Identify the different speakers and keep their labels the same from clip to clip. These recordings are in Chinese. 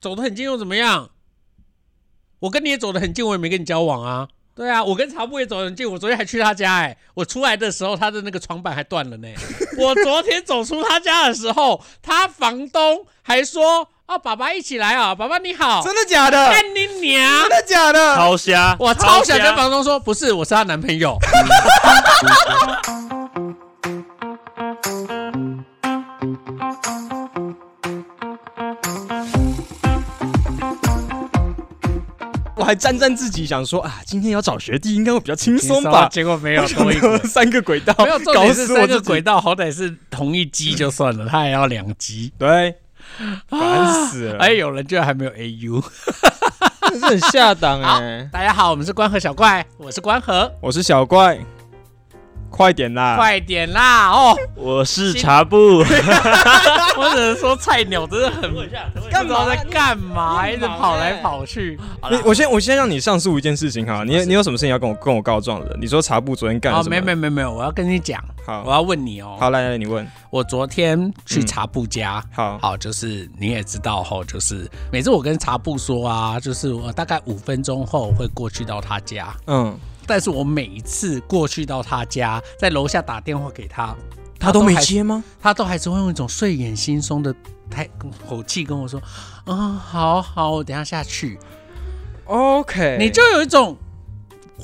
Speaker 1: 走得很近又怎么样？我跟你也走得很近，我也没跟你交往啊。对啊，我跟茶布也走得很近，我昨天还去他家哎、我出来的时候他的那个床板还断了呢。我昨天走出他家的时候，他房东还说：“哦，爸爸一起来啊、爸爸你好。
Speaker 2: 真的假”的？
Speaker 1: 干你娘
Speaker 2: 真！的啊假的？
Speaker 3: 超瞎，
Speaker 1: 我超想跟
Speaker 3: 瞎
Speaker 1: 房东说，不是，我是她男朋友。
Speaker 2: 我还沾沾自喜，想说啊，今天要找学弟应该会比较轻松吧？
Speaker 1: 结果没
Speaker 2: 没
Speaker 1: 有多一个。
Speaker 2: 三个轨道，
Speaker 1: 没有，重
Speaker 2: 搞
Speaker 1: 点是
Speaker 2: 死我
Speaker 1: 三
Speaker 2: 自
Speaker 1: 个
Speaker 2: 己
Speaker 1: 轨道，好歹是同一机就算了，他还要两机。
Speaker 2: 对，烦死了！
Speaker 1: 哎，，有人居然还没有 AU。
Speaker 2: 啊真的是很下档哎。
Speaker 1: 大家好，我们是关河小怪，我是关河，
Speaker 2: 我是小怪，快点啦！
Speaker 1: 快点啦！哦，
Speaker 3: 我是茶布，
Speaker 1: 我只能说菜鸟真的很不知
Speaker 2: 干嘛
Speaker 1: 道在干嘛，
Speaker 2: 你
Speaker 1: 一
Speaker 2: 很
Speaker 1: 直
Speaker 2: 忙
Speaker 1: 跑来
Speaker 2: 欸
Speaker 1: 跑去。好
Speaker 2: 你
Speaker 1: 啦
Speaker 2: 我先我先让你上诉一件事情哈，你你有什么事情要跟我跟我告状的？你说茶布昨天干了
Speaker 1: 哦，
Speaker 2: 什么？
Speaker 1: 没没没没有，我要跟你讲，我
Speaker 2: 好
Speaker 1: 要问你哦。
Speaker 2: 好来来你问
Speaker 1: 我昨天去
Speaker 2: 嗯
Speaker 1: 茶布家。
Speaker 2: 好
Speaker 1: 好，就是你也知道吼，就是每次我跟茶布说啊，就是我大概五分钟后会过去到他家，
Speaker 2: 嗯，
Speaker 1: 但是我每一次过去到他家，在楼下打电话给他，
Speaker 2: 他都没
Speaker 1: 还是
Speaker 2: 接吗？
Speaker 1: 他都还是会用一种睡眼惺忪的态口气跟我说：“啊、好好，我等一下下去。
Speaker 2: 哦 OK，
Speaker 1: 你就有一种。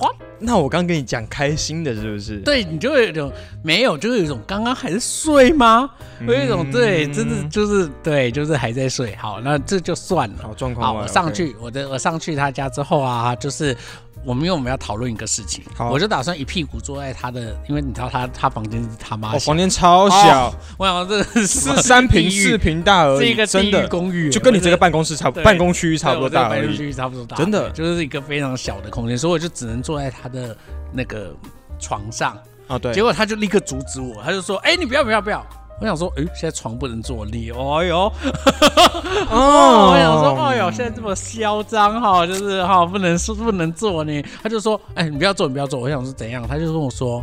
Speaker 1: 哇，
Speaker 2: 那我刚跟你讲开心的，是不是？
Speaker 1: 对你就会有一种没有，就会有一种刚刚还是睡吗？
Speaker 2: 嗯
Speaker 1: 有一种对，真的就是对，就是还在睡。好，那这就算了。
Speaker 2: 好状况
Speaker 1: 好，
Speaker 2: 外
Speaker 1: 我上
Speaker 2: OK
Speaker 1: 去，我的我上去他家之后啊，就是我们因为我们要讨论一个事情，
Speaker 2: 好
Speaker 1: 我就打算一屁股坐在他的，因为你知道他他房间是他妈
Speaker 2: 我
Speaker 1: 小
Speaker 2: 哦 房，间超小
Speaker 1: 哦，我想这是什么
Speaker 2: 是三平
Speaker 1: 地狱
Speaker 2: 四平大而
Speaker 1: 是一
Speaker 2: 已，
Speaker 1: 个地
Speaker 2: 真
Speaker 1: 狱
Speaker 2: 的
Speaker 1: 公寓，
Speaker 2: 就跟你
Speaker 1: 我
Speaker 2: 这个办公室差不
Speaker 1: 对
Speaker 2: 办公区域差不多
Speaker 1: 对我这个
Speaker 2: 大
Speaker 1: 白
Speaker 2: 而
Speaker 1: 人
Speaker 2: 已。
Speaker 1: 区域差不多大，
Speaker 2: 真的
Speaker 1: 对就是一个非常小的空间，所以我就只能坐在他的那个床上。
Speaker 2: 啊，对
Speaker 1: 结，果他就立刻阻止我，他就说：“哎、你不要不要不要！”我想说，哎、现在床不能坐立，哦哟，
Speaker 2: 哦
Speaker 1: 哦，我想说，哦哟，现在这么嚣张哈，就是哈、不能说不能坐呢。他就说，哎、你不要坐，你不要坐。我想说怎样？他就跟我说，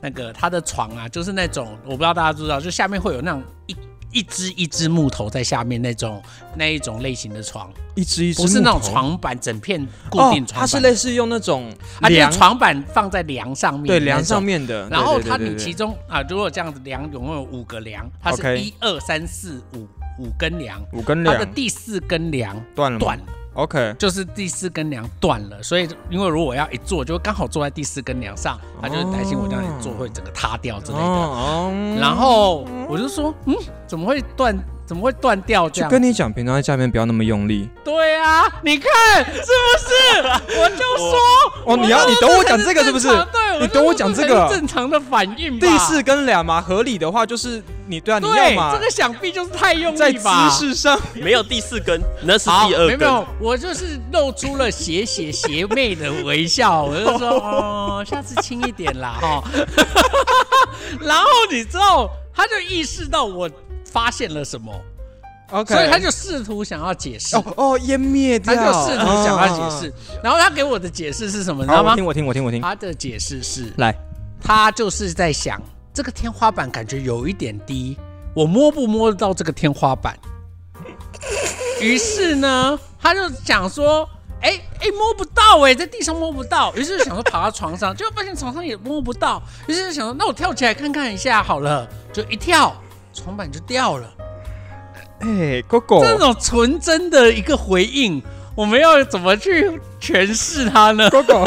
Speaker 1: 那个他的床啊，就是那种我不知道大家知不知道，就下面会有那种一一只一只木头在下面那种那一种类型的床，
Speaker 2: 一只一只
Speaker 1: 不是那种
Speaker 2: 木头
Speaker 1: 床板整片固定床
Speaker 2: 哦，
Speaker 1: 板，
Speaker 2: 它是类似用那种
Speaker 1: 它就是
Speaker 2: 梁
Speaker 1: 床板放在梁上面，
Speaker 2: 对梁上。面的，
Speaker 1: 然后
Speaker 2: 对
Speaker 1: 它
Speaker 2: 对对
Speaker 1: 你
Speaker 2: 对
Speaker 1: 其中啊，如果这样子梁总共有五个梁，它
Speaker 2: OK
Speaker 1: 是一二三四五五根梁，
Speaker 2: 五根
Speaker 1: 它的
Speaker 2: 梁嗯
Speaker 1: 第四根梁
Speaker 2: 断了吗
Speaker 1: 断了，
Speaker 2: ，OK，
Speaker 1: 就是第四根梁断了，所以因为如果我要一坐，就刚好坐在第四根梁上，他就会担心我这样一坐会整个塌掉之类的。
Speaker 2: 哦，嗯
Speaker 1: 然后我就说，嗯，怎么会断？怎么会断掉这
Speaker 2: 就
Speaker 1: 样？
Speaker 2: 跟你讲，平常在下面不要那么用力。
Speaker 1: 对啊，你看是不 是？我就说，
Speaker 2: 哦，你要
Speaker 1: 就
Speaker 2: 你
Speaker 1: 说
Speaker 2: 懂我
Speaker 1: 才
Speaker 2: 讲这个是不是
Speaker 1: 正常对，
Speaker 2: 你
Speaker 1: 就
Speaker 2: 懂我
Speaker 1: 说
Speaker 2: 讲
Speaker 1: 这才
Speaker 2: 这
Speaker 1: 是
Speaker 2: 个
Speaker 1: 正常的反应吧。
Speaker 2: 第四根梁嘛，合理的话就是你对啊，你要
Speaker 1: 对，
Speaker 2: 嘛
Speaker 1: 这个想必就是太用
Speaker 2: 在
Speaker 1: 力
Speaker 2: 姿
Speaker 1: 吧。
Speaker 2: 势上
Speaker 3: 没有第四根，那是
Speaker 1: 好，
Speaker 3: 第二
Speaker 1: 没有
Speaker 3: 根
Speaker 1: 没。有，我就是露出了邪邪邪魅的微笑，我就说，哦，下次轻一点啦，哈、 然后你知道，他就意识到我发现了什么，
Speaker 2: ，OK，
Speaker 1: 所以他就试图想要解释，
Speaker 2: 哦哦湮灭
Speaker 1: 他
Speaker 2: 掉，
Speaker 1: 就试图想要解释
Speaker 2: 啊。。
Speaker 1: 然后他给我的解释是什么，你知
Speaker 2: 好，
Speaker 1: 道
Speaker 2: 我
Speaker 1: 吗
Speaker 2: 听？我听我听我听，
Speaker 1: 他的解释是，
Speaker 2: 来，
Speaker 1: 他就是在想，这个天花板感觉有一点低，我摸不摸得到这个天花板？于是呢，他就想说，哎、哎、摸不到哎、在地上摸不到，于是就想说爬到床上，结果发现床上也摸不到，于是就想说，那我跳起来看看一下好了，就一跳，床板就掉了。
Speaker 2: 哎，Gogo，
Speaker 1: 这种纯真的一个回应，我们要怎么去诠释它呢？
Speaker 2: Gogo，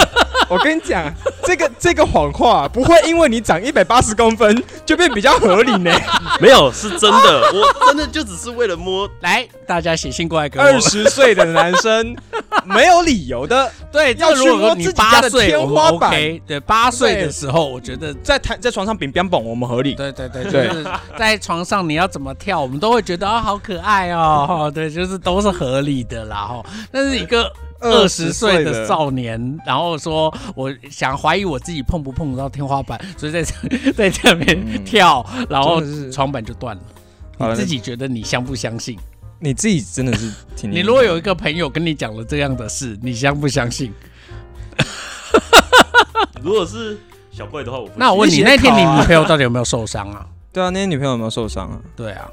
Speaker 2: 我 跟你讲，这个这个谎话不会因为你长一百八十公分就变比较合理 呢。
Speaker 3: 没有，是真的，我真的就只是为了摸。
Speaker 1: 来，大家写信过来给我
Speaker 2: 二十岁的男生没有理由的，
Speaker 1: 对，
Speaker 2: 要
Speaker 1: 这个如
Speaker 2: 去摸
Speaker 1: 果
Speaker 2: 自
Speaker 1: 你
Speaker 2: 己家
Speaker 1: 八
Speaker 2: 的
Speaker 1: 岁，
Speaker 2: 天
Speaker 1: 我们
Speaker 2: 花板
Speaker 1: OK。对，八岁
Speaker 2: 对
Speaker 1: 的时候，我觉得，
Speaker 2: 在台在床上饼饼蹦，我们合理。
Speaker 1: 对对对，就
Speaker 2: 对
Speaker 1: 是 在床上你要怎么跳，我们都会觉得啊、好可爱哦，哦对，就是都是合理的啦，哦。但是一个二十岁的少年，然后说我想怀疑我自己碰不碰得到天花板，所以在在这边跳，然后
Speaker 2: 嗯真的是
Speaker 1: 床板就断了。
Speaker 2: 好
Speaker 1: 你
Speaker 2: 了
Speaker 1: 自己觉得你相不相信？
Speaker 2: 你自己真的是挺
Speaker 1: 你如果有一个朋友跟你讲了这样的事，你相不相信？
Speaker 3: 如果是小怪的话，我不
Speaker 1: 那我问
Speaker 2: 一
Speaker 1: 你，
Speaker 2: 起
Speaker 1: 那天你
Speaker 2: 考啊
Speaker 1: 女朋友到底有没有受伤啊？
Speaker 2: 对啊，那些女朋友有没有受伤啊？
Speaker 1: 对啊，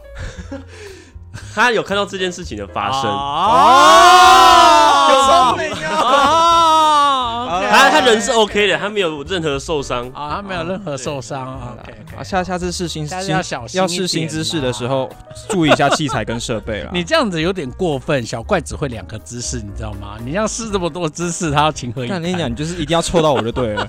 Speaker 3: 他有看到这件事情的发
Speaker 1: 啊
Speaker 3: 生，
Speaker 2: 哦，
Speaker 1: 哦
Speaker 2: 聪明
Speaker 1: 哦
Speaker 2: 啊！
Speaker 1: ，OK，
Speaker 3: 他他人是 OK 的，他没有任何受伤。
Speaker 1: 啊，他没有任何受伤，OK，
Speaker 2: 啊，下下次试新
Speaker 1: 下次
Speaker 2: 新
Speaker 1: 要小心
Speaker 2: 要
Speaker 1: 一
Speaker 2: 试新
Speaker 1: 点
Speaker 2: 姿势
Speaker 1: 啦
Speaker 2: 的时候，注意一下器材跟设备啦。
Speaker 1: 你这样子有点过分，小怪只会两个姿势，你知道吗？你要试这么多姿势，他要情何以
Speaker 2: 看
Speaker 1: 堪？
Speaker 2: 跟你讲，你就是一定要凑到我就对 了。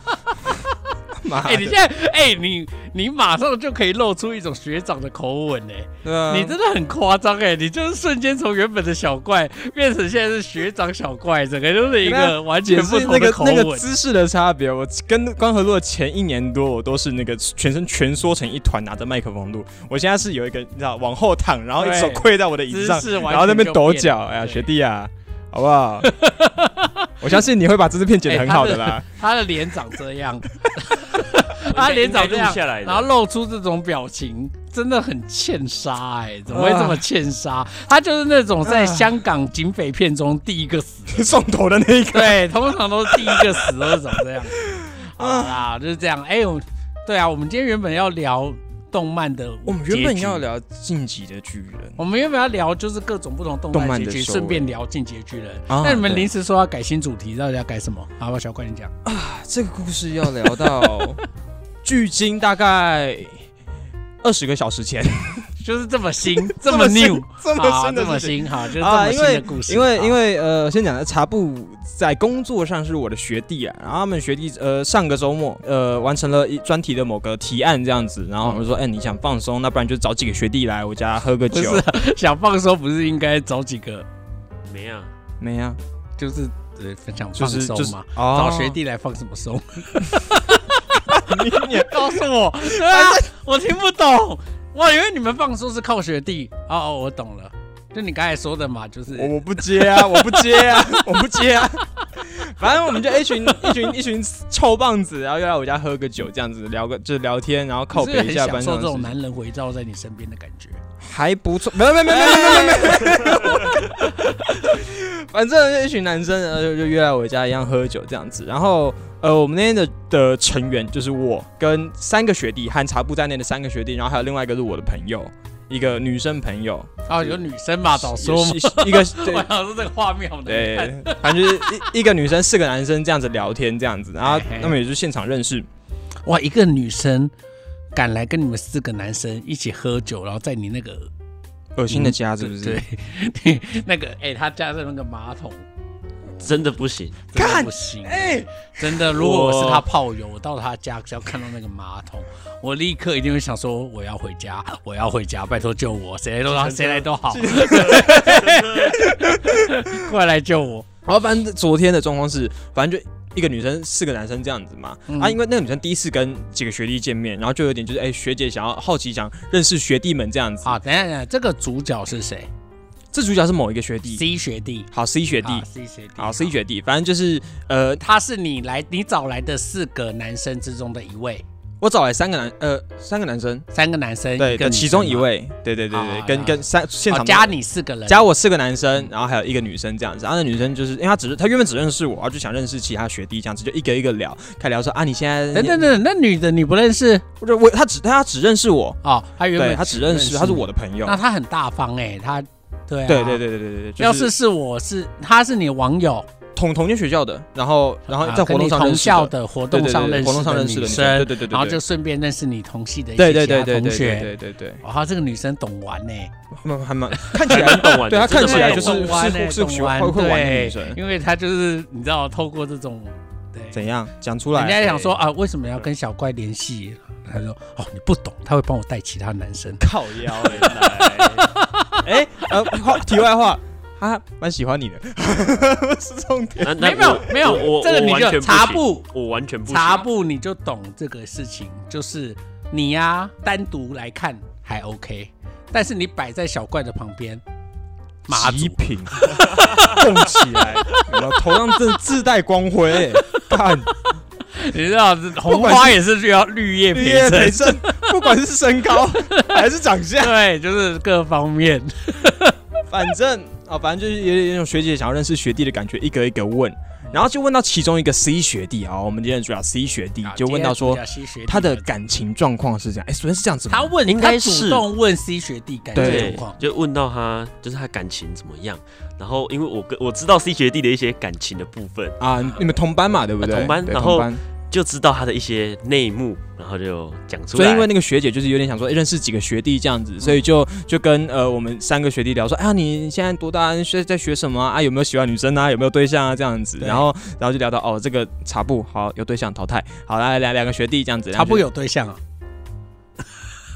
Speaker 2: 妈
Speaker 1: 哎、你
Speaker 2: 的，
Speaker 1: 现在哎、你你马上就可以露出一种学长的口吻哎、
Speaker 2: 对啊，
Speaker 1: 你真的很夸张哎，你就是瞬间从原本的小怪变成现在是学长小怪，整个就是一个完全
Speaker 2: 也
Speaker 1: 不
Speaker 2: 是
Speaker 1: 同
Speaker 2: 那
Speaker 1: 的
Speaker 2: 个
Speaker 1: 口
Speaker 2: 那
Speaker 1: 吻。
Speaker 2: 个姿势的差别。我跟光合作的前一年多，我都是那个全身蜷缩成一团，拿着麦克风录。我现在是有一个，你知道，往后躺，然后一手
Speaker 1: 对
Speaker 2: 跪在我的椅子上
Speaker 1: 姿势，完
Speaker 2: 然后那
Speaker 1: 全就
Speaker 2: 边抖
Speaker 1: 变
Speaker 2: 脚。
Speaker 1: 了
Speaker 2: 哎呀，
Speaker 1: 对
Speaker 2: 学弟啊，好不 好？我相信你会把这支片剪得
Speaker 1: 哎
Speaker 2: 很好
Speaker 1: 他
Speaker 2: 的
Speaker 1: 的
Speaker 2: 啦。
Speaker 1: 他的脸长这 样，他脸长这
Speaker 3: 应该
Speaker 1: 样
Speaker 3: 录下来的
Speaker 1: 然后露出这种表情，真的很欠杀
Speaker 2: 啊
Speaker 1: 哎、怎么会这么欠杀？他就是那种在香港警匪片中第一个死 的
Speaker 2: 送头的那一个，
Speaker 1: 对，通常都是第一个死都是长这 样。好啦，就是这样。哎、我对啊，我们今天原本要聊动漫的，
Speaker 2: 我们原本要，聊《晋级的巨人》
Speaker 1: 我们原本要聊就是各种不同动
Speaker 2: 动
Speaker 1: 漫
Speaker 2: 漫
Speaker 1: 结
Speaker 2: 的
Speaker 1: 局，
Speaker 2: 收
Speaker 1: 顺便
Speaker 2: 尾
Speaker 1: 聊《进阶巨人》
Speaker 2: 啊
Speaker 1: 那你们
Speaker 2: 对
Speaker 1: 临时说要改新主题，到底要改什么？好吧，小怪你讲。
Speaker 2: 啊，这个故事要聊到距今大概二十个小时前。
Speaker 1: 就是这么新，
Speaker 2: 这
Speaker 1: 么
Speaker 2: 么新
Speaker 1: new，
Speaker 2: 这么
Speaker 1: 好
Speaker 2: 深的
Speaker 1: 这么
Speaker 2: 事情
Speaker 1: 新，好，就是这么
Speaker 2: 啊，因
Speaker 1: 新的
Speaker 2: 为
Speaker 1: 故事。
Speaker 2: 因为因
Speaker 1: 为
Speaker 2: 为呃，先讲的茶布在工作上是我的学弟啊，然后他们学弟呃上个周末呃完成了一专题的某个提案这样子，然后我们说，哎、你想放松，那不然就找几个学弟来我家喝个
Speaker 1: 嗯不是
Speaker 2: 酒，
Speaker 1: 想放松，不是应该找几个
Speaker 3: 没啊，
Speaker 2: 没啊，
Speaker 1: 就是呃分享
Speaker 2: 就
Speaker 1: 放
Speaker 2: 是
Speaker 1: 松
Speaker 2: 就 是
Speaker 1: 嘛？
Speaker 2: 哦
Speaker 1: 找学，弟来放什么松？
Speaker 2: 你
Speaker 1: 告诉我， 对啊，我听不懂。我以为你们放松是靠学弟。哦哦，我懂了，就你刚才说的嘛，就是
Speaker 2: 我我不接 啊，我不接啊，我不接啊。反正我们就一群一群一群臭棒子，然后又来我家喝个酒，这样子聊个就是聊天，然后靠
Speaker 1: 你是
Speaker 2: 北
Speaker 1: 不
Speaker 2: 一
Speaker 1: 是
Speaker 2: 下
Speaker 1: 很
Speaker 2: 班
Speaker 1: 享
Speaker 2: 上
Speaker 1: 受
Speaker 2: 的
Speaker 1: 这
Speaker 2: 事
Speaker 1: 种
Speaker 2: 情
Speaker 1: 男人围绕在你身边的感觉。
Speaker 2: 还不错，没有没有没有没有没有没有， 反正就一群男生，然后就就约来我家一样喝酒这样子。然后呃，我们那天的的成员就是我跟三个学弟，和茶布在内的三个学弟，然后还有另外一个是我的朋友，一个女生朋友，
Speaker 1: 哦，有女生嘛，早说嘛。
Speaker 2: 是是一 个
Speaker 1: 我
Speaker 2: 对。
Speaker 1: 想说这个画面好难看。
Speaker 2: 对，反正就是一一个女生四个男生这样子聊天，这样子，然后
Speaker 1: 嘿嘿
Speaker 2: 他们也是现场认识，
Speaker 1: 哇，一个女生敢来跟你们四个男生一起喝酒，然后在你那个
Speaker 2: 恶心的家是不是？
Speaker 1: 对，对 那个哎、他家的那个马桶
Speaker 3: 真的不 行。
Speaker 1: 真的
Speaker 2: 看
Speaker 1: 不行哎、
Speaker 2: 哎，
Speaker 1: 真的，如果我是
Speaker 2: 我
Speaker 1: 他炮友，我到他家只要看到那个马桶，我立刻一定会想说我要回家，我要回家，拜托救我，谁来都好，谁来都好， 快来救我！
Speaker 2: 然后反正昨天的状况是，反正就一个女生四个男生这样子嘛。
Speaker 1: 嗯
Speaker 2: 啊，因为那个女生第一次跟几个学弟见面，然后就有点就是哎、学姐想要好奇想认识学弟们这样子。
Speaker 1: 好，等一下等一下，这个主角是谁
Speaker 2: 这主角是某一个学弟，
Speaker 1: ？C 学弟，
Speaker 2: 好 C 学弟
Speaker 1: 啊，，C 学弟，
Speaker 2: 好 C 学弟，反正就是呃，
Speaker 1: 他是你来你找来的四个男生之中的一位，
Speaker 2: 我找来三个男呃三个男生，
Speaker 1: 三个男生，
Speaker 2: 对，
Speaker 1: 一个
Speaker 2: 的
Speaker 1: 女
Speaker 2: 其
Speaker 1: 生
Speaker 2: 中一
Speaker 1: 嘛，
Speaker 2: 位，对对对
Speaker 1: 好
Speaker 2: 对，
Speaker 1: 好
Speaker 2: 跟
Speaker 1: 好
Speaker 2: 跟三现
Speaker 1: 哦
Speaker 2: 场
Speaker 1: 加你四个人，
Speaker 2: 加我四个男生，然后还有一个女生这样子。然后那女生就是因为她只是她原本只认识我，然后就想认识其他学弟这样子，就一个一个聊，开始聊说啊你现在
Speaker 1: 等等等，那女的你不认识
Speaker 2: 我就我她只她只认识我，
Speaker 1: 哦？她原
Speaker 2: 对
Speaker 1: 本
Speaker 2: 她只认识她是我的朋友
Speaker 1: 那，她很大方哎、她对、啊、
Speaker 2: 对对。对对对对，就
Speaker 1: 要是是我是她是你网友，
Speaker 2: 同同间学校的，然后然后
Speaker 1: 啊
Speaker 2: 在
Speaker 1: 跟
Speaker 2: 活动
Speaker 1: 你
Speaker 2: 上
Speaker 1: 同
Speaker 2: 认识
Speaker 1: 校
Speaker 2: 的，
Speaker 1: 的活
Speaker 2: 对
Speaker 1: 动
Speaker 2: 对
Speaker 1: 上
Speaker 2: 对
Speaker 1: 认
Speaker 2: 活动上认识
Speaker 1: 识
Speaker 2: 的
Speaker 1: 女
Speaker 2: 女
Speaker 1: 生，
Speaker 2: 生对对对对
Speaker 1: 然后
Speaker 2: 对
Speaker 1: 就顺便认识你同系的一
Speaker 2: 对
Speaker 1: 些
Speaker 2: 对
Speaker 1: 其
Speaker 2: 对
Speaker 1: 他
Speaker 2: 对
Speaker 1: 同
Speaker 2: 对对
Speaker 1: 学。
Speaker 2: 对对对，嗯
Speaker 1: 哇，这个女生懂玩呢、哎
Speaker 2: 还还蛮看起 来
Speaker 3: 蛮懂玩
Speaker 2: 对
Speaker 3: 的
Speaker 2: 她
Speaker 3: 真
Speaker 2: 看
Speaker 3: 的
Speaker 2: 起来就是
Speaker 1: 懂玩欸
Speaker 2: 是是
Speaker 1: 懂
Speaker 2: 喜
Speaker 1: 玩
Speaker 2: 欢会会玩的
Speaker 1: 对
Speaker 2: 女生，
Speaker 1: 因为她就是你知道，透过这种对，
Speaker 2: 怎样讲出
Speaker 1: 人
Speaker 2: 来？
Speaker 1: 家想说啊，为什么要跟小怪联系？他说哦，你不懂，他会帮我带其他男生。
Speaker 2: 靠腰欸 哎呃话题外话，她蛮喜欢你的， 是重点。
Speaker 3: 那那
Speaker 1: 没有
Speaker 3: 我
Speaker 1: 没有
Speaker 3: 我我
Speaker 1: 这个你就
Speaker 3: 我完全不行
Speaker 1: 茶布
Speaker 3: 我完全不行
Speaker 1: 茶布你就懂这个事情，就是你呀、单独来看还 OK，但是你摆在小怪的旁边，马祖
Speaker 2: 极品， 动起来，我头上真的自带光辉、 欸，看
Speaker 1: 你知道红
Speaker 2: 管
Speaker 1: 花也是需要绿叶
Speaker 2: 毕
Speaker 1: 陪
Speaker 2: 业
Speaker 1: 衬
Speaker 2: 培，正，不管是身 高还是长相，
Speaker 1: 对，就是各方 面。
Speaker 2: 反正啊、哦反正就是有有一种学姐想要认识学弟的感觉，一个一个问。然后就问到其中一个 C 学弟啊，我们今天的主角 C 学
Speaker 1: 啊
Speaker 2: 弟就问到说他的感情状况是这样，哎，首先是这样子吗
Speaker 1: 他？问，
Speaker 3: 应该
Speaker 1: 他
Speaker 3: 是
Speaker 1: 主动问 C 学弟感情状
Speaker 3: 对
Speaker 1: 况，，
Speaker 3: 就问到他就是他感情怎么样，然后因为我跟我知道 C 学弟的一些感情的部分，
Speaker 2: 啊，你们同班嘛，对不对？
Speaker 3: 啊同班
Speaker 2: 对
Speaker 3: 然后
Speaker 2: 同班
Speaker 3: 就知道他的一些内幕，然嗯后就讲出
Speaker 2: 所
Speaker 3: 来。
Speaker 2: 以因为那个学姐就是有点想说、诶哎认识几个学弟这样子，所以就就跟呃我们三个学弟聊说，哎呀你现在多大？你在在学什么啊？啊有没有喜欢女生啊？有没有对象啊？这样子，
Speaker 1: 对
Speaker 2: 然后然后就聊到哦这个茶布好有对象淘汰，好来两两个学弟这样子，
Speaker 1: 他不
Speaker 2: 两个学
Speaker 1: 有对象啊？
Speaker 2: 弟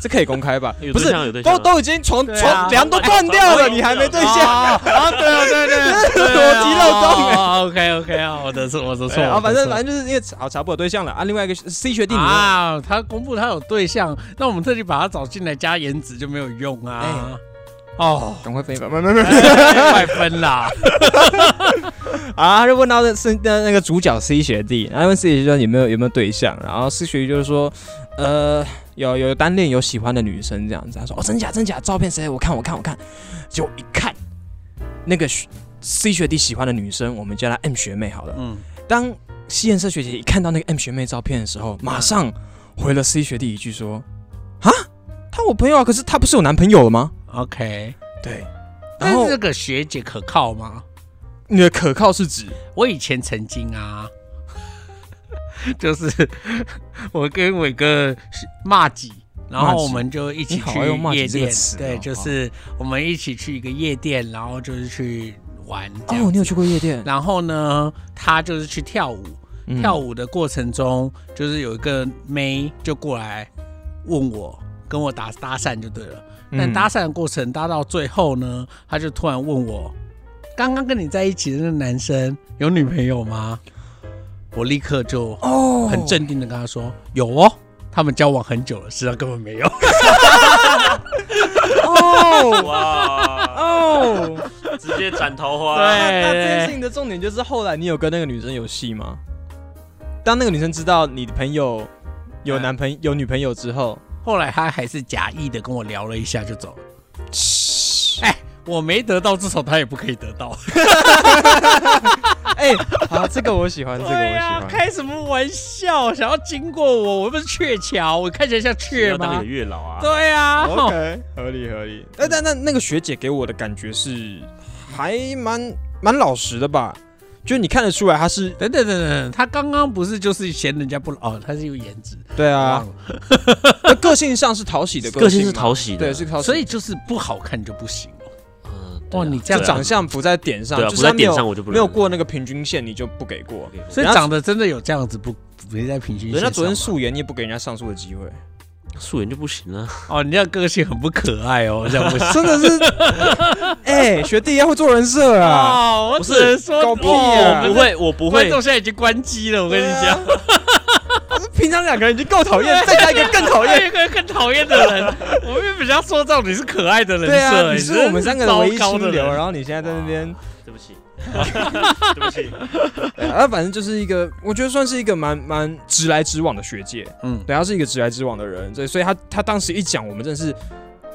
Speaker 2: 这可以公开吧？
Speaker 3: 有
Speaker 2: 不
Speaker 3: 对
Speaker 2: 是
Speaker 3: 象有对象
Speaker 2: 都
Speaker 3: 啊
Speaker 2: 都已经床
Speaker 1: 对啊
Speaker 2: 床梁都断掉了，
Speaker 3: 哎
Speaker 2: 你还没对象？
Speaker 1: 啊啊，对啊， 对对， 对
Speaker 2: 逻辑漏洞欸
Speaker 1: 哦 OK OK 啊，我的错，我的错
Speaker 2: 对，啊，
Speaker 1: 我的
Speaker 2: 反正
Speaker 1: 错
Speaker 2: 反正就是因为好茶布有对象了啊，另外一个是 C 学弟你呢
Speaker 1: 啊，他公布他有对象，那我们特地把他找进来加颜值就没有用啊。
Speaker 2: 哎
Speaker 1: 哦，哎
Speaker 2: 赶快分一分，没没没。
Speaker 1: 快分啦！
Speaker 2: 啊，他就问到那是那那个主角 C 学弟，然后问 C 学弟说有没有有没有对象，然后 C 学弟就是说，呃，有有单恋有喜欢的女生这样子，他说哦真假真假，照片谁我看我看我看，结果一看那个学 C 学弟喜欢的女生，我们叫她 M 学妹好了，
Speaker 1: 嗯，
Speaker 2: 当西颜色学姐一看到那个 M 学妹照片的时候，马上回了 C 学弟一句说，啊，她我朋友啊，可是她不是有男朋友了吗？
Speaker 1: OK，
Speaker 2: 对，然
Speaker 1: 但
Speaker 2: 后
Speaker 1: 是这个学姐可靠吗？
Speaker 2: 你的可靠是指
Speaker 1: 我以前曾经啊， 就是 我跟伟哥是骂几，然
Speaker 2: 骂
Speaker 1: 后
Speaker 2: 几
Speaker 1: 我们就一起
Speaker 2: 你好
Speaker 1: 去
Speaker 2: 爱用骂几
Speaker 1: 夜
Speaker 2: 这个
Speaker 1: 店
Speaker 2: 词，哦
Speaker 1: 对，
Speaker 2: 好
Speaker 1: 就是我们一起去一个夜店，然后就是去玩这样
Speaker 2: 哦，你有去过夜店？
Speaker 1: 然后呢，他就是去跳舞，
Speaker 2: 嗯
Speaker 1: 跳舞的过程中，就是有一个妹就过来问我，跟我打搭讪就对了。但
Speaker 2: 嗯
Speaker 1: 搭讪的过程搭到最后呢，他就突然问我，刚刚跟你在一起的那个男生有女朋友吗？我立刻就
Speaker 2: 哦
Speaker 1: 很镇定的跟他说，有哦。他们交往很久了，实际上根本没有。
Speaker 2: 哦
Speaker 3: 哇，
Speaker 2: 哦，
Speaker 3: 直接斩桃花。
Speaker 1: 对
Speaker 2: 那这件事情的重点就是后来你有跟那个女生有戏吗？当那个女生知道你的朋友有男朋有女朋友之后，
Speaker 1: 后来他还是假意的跟我聊了一下就走了。哎，我没得到，至少他也不可以得到。
Speaker 2: 哎，好，这个我喜欢，这个我
Speaker 1: 对
Speaker 2: 喜
Speaker 1: 呀、
Speaker 2: 欢。
Speaker 1: 开什么玩笑？想要经过我，我又不是鹊桥，我看起来像
Speaker 3: 要
Speaker 1: 雀
Speaker 3: 当你
Speaker 1: 吗
Speaker 3: 的？月老啊！
Speaker 1: 对呀、吼
Speaker 2: OK，合理合理。但但那那个学姐给我的感觉是还蛮蛮老实的吧，就你看得出来她是
Speaker 1: 等等等等，他刚刚不是就是嫌人家不老哦，他是有颜值，
Speaker 2: 对
Speaker 1: 啊
Speaker 2: 啊，，那个性上是讨喜的
Speaker 3: 个
Speaker 2: 性
Speaker 3: 性是
Speaker 2: 嘛
Speaker 3: 讨喜的，
Speaker 2: 对是讨喜，
Speaker 1: 所以就是不好看就不行。
Speaker 3: 嗯
Speaker 1: 哇你这样
Speaker 2: 就长相不在点上，
Speaker 3: 对啊，
Speaker 2: 就
Speaker 3: 不
Speaker 2: 是她
Speaker 3: 在
Speaker 2: 没有
Speaker 3: 点上我就不能
Speaker 2: 没有过那个平均线，你就不给过。
Speaker 1: 所以
Speaker 2: 人家
Speaker 1: 长得真的有这样子不没在平均线
Speaker 2: 人
Speaker 1: 上吗。
Speaker 2: 家昨天素颜，你也不给人家上诉的机会，
Speaker 3: 啊素颜就不行了。
Speaker 1: 哦，你这样个性很不可爱 哦，这样不行。
Speaker 2: 真的是，哎、学弟要会做人设啊！
Speaker 1: 哦，我
Speaker 3: 不
Speaker 1: 只
Speaker 3: 是
Speaker 1: 能说
Speaker 2: 狗屁
Speaker 1: 哦
Speaker 2: 啊
Speaker 1: 我们
Speaker 3: 不会，我不
Speaker 1: 观
Speaker 3: 会
Speaker 1: 众，现在已经关机了，我跟你讲。
Speaker 2: 平常两个人已经够讨厌，再加一个更
Speaker 1: 讨
Speaker 2: 讨厌。
Speaker 1: 厌一个更讨厌的人，我们比较塑造你是可爱的人设，哎
Speaker 2: 对啊，
Speaker 1: 你
Speaker 2: 你是我们三个人唯一清流，啊
Speaker 1: 后
Speaker 2: 然后你现在在那边，
Speaker 3: 对不起， 对不起，
Speaker 2: 对啊，反正就是一个，我觉得算是一个蛮蛮直来直往的学姐，
Speaker 1: 嗯，
Speaker 2: 对，她是一个直来直往的人，所以所以她她当时一讲，我们真的是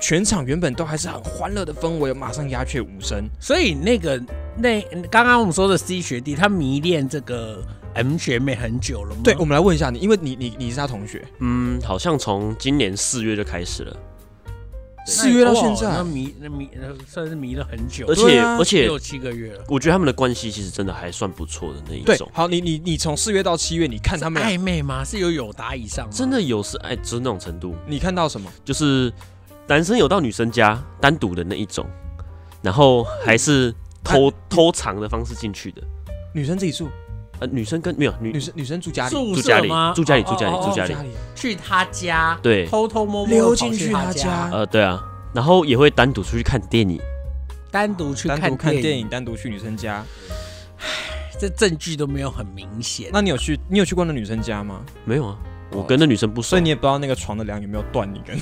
Speaker 2: 全场原本都还是很欢乐的氛围，马上鸦雀无声。
Speaker 1: 所以那个那刚刚我们说的 C 学弟，他迷恋这个 M 学妹很久了吗？
Speaker 2: 对，我们来问一下你，因为你你你是她同学，
Speaker 3: 嗯，好像从今年四月就开始了，对
Speaker 2: 四月到现
Speaker 1: 哇那
Speaker 2: 在，
Speaker 1: 迷那迷那算是迷了很久，
Speaker 3: 而
Speaker 2: 对
Speaker 3: 且
Speaker 2: 啊
Speaker 3: 而且
Speaker 1: 六七个月了，
Speaker 3: 我觉得他们的关系其实真的还算不错的那一
Speaker 2: 对
Speaker 3: 种，，
Speaker 2: 好，你你你从四月到七月，你看他们俩
Speaker 1: 暧昧吗？是有友达以上吗？
Speaker 3: 真的有是哎，就是那种程度，
Speaker 2: 你看到什么？
Speaker 3: 就是男生有到女生家单独的那一种，然后还是偷、偷藏的方式进去的，
Speaker 2: 女生自己住，的
Speaker 3: 呃，女生跟没有女
Speaker 2: 女生女生住家里，
Speaker 1: 宿
Speaker 3: 住家
Speaker 1: 舍
Speaker 3: 里
Speaker 1: 吗？
Speaker 3: 住家里
Speaker 1: 哦
Speaker 3: 住家里
Speaker 1: 哦哦
Speaker 3: 住
Speaker 1: 哦
Speaker 3: 家里，
Speaker 1: 去他家，
Speaker 3: 对
Speaker 1: 偷偷摸摸地
Speaker 2: 溜
Speaker 1: 跑
Speaker 2: 进去
Speaker 1: 他
Speaker 2: 他
Speaker 1: 家，
Speaker 2: 家，
Speaker 3: 呃对啊，然后也会单独出去看电影，
Speaker 1: 单独去
Speaker 2: 单独看
Speaker 1: 看
Speaker 2: 电
Speaker 1: 影，
Speaker 2: 影，单独去女生家。
Speaker 1: 这证据都没有很明显。
Speaker 2: 那你有去你有去过那女生家吗？
Speaker 3: 没有啊，我跟那女生不熟
Speaker 2: 哦所以，你也不知道那个床的梁有没有断，你跟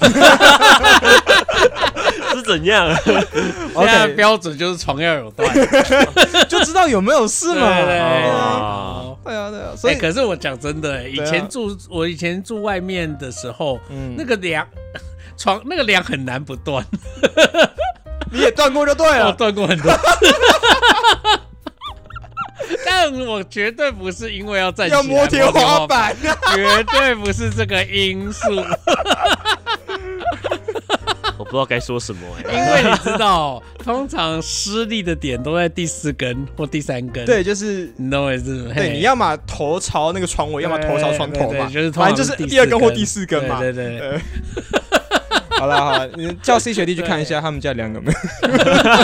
Speaker 3: 是怎 样？
Speaker 1: 现在的
Speaker 2: OK
Speaker 1: 标准就是床要有断，
Speaker 2: 就知道有没有事
Speaker 1: 对
Speaker 2: 嘛。
Speaker 1: 对对
Speaker 2: 啊
Speaker 1: 哦
Speaker 2: 对啊对啊， 所
Speaker 1: 哎，
Speaker 2: 以
Speaker 1: 可是我讲真的、哎以
Speaker 2: 对啊
Speaker 1: 前住我以前住外面的时候，
Speaker 2: 嗯
Speaker 1: 那个梁 床那个梁很难不断，
Speaker 2: 你也断过就对啊
Speaker 1: 我
Speaker 2: 了。
Speaker 1: 断过很多。 但我绝对不是因为要站起来
Speaker 2: 要摸天花
Speaker 1: 板，
Speaker 2: 板，
Speaker 1: 绝对不是这个因素，
Speaker 3: 我不知道该说什么哎、
Speaker 1: 因为你知道，通常失力的点都在第四根或第三根。，
Speaker 2: 对，就是。
Speaker 1: 你懂我意思吗？
Speaker 2: 对，
Speaker 1: 嘿
Speaker 2: 你要么头朝那个床尾，要么头朝床头
Speaker 1: 对
Speaker 2: 嘛，
Speaker 1: 对就是通
Speaker 2: 反
Speaker 1: 常
Speaker 2: 正就是
Speaker 1: 第四
Speaker 2: 第二根或第四根嘛。
Speaker 1: 对对对，
Speaker 2: 呃好了好了，你叫 C 学弟去看一下他们家两个妹。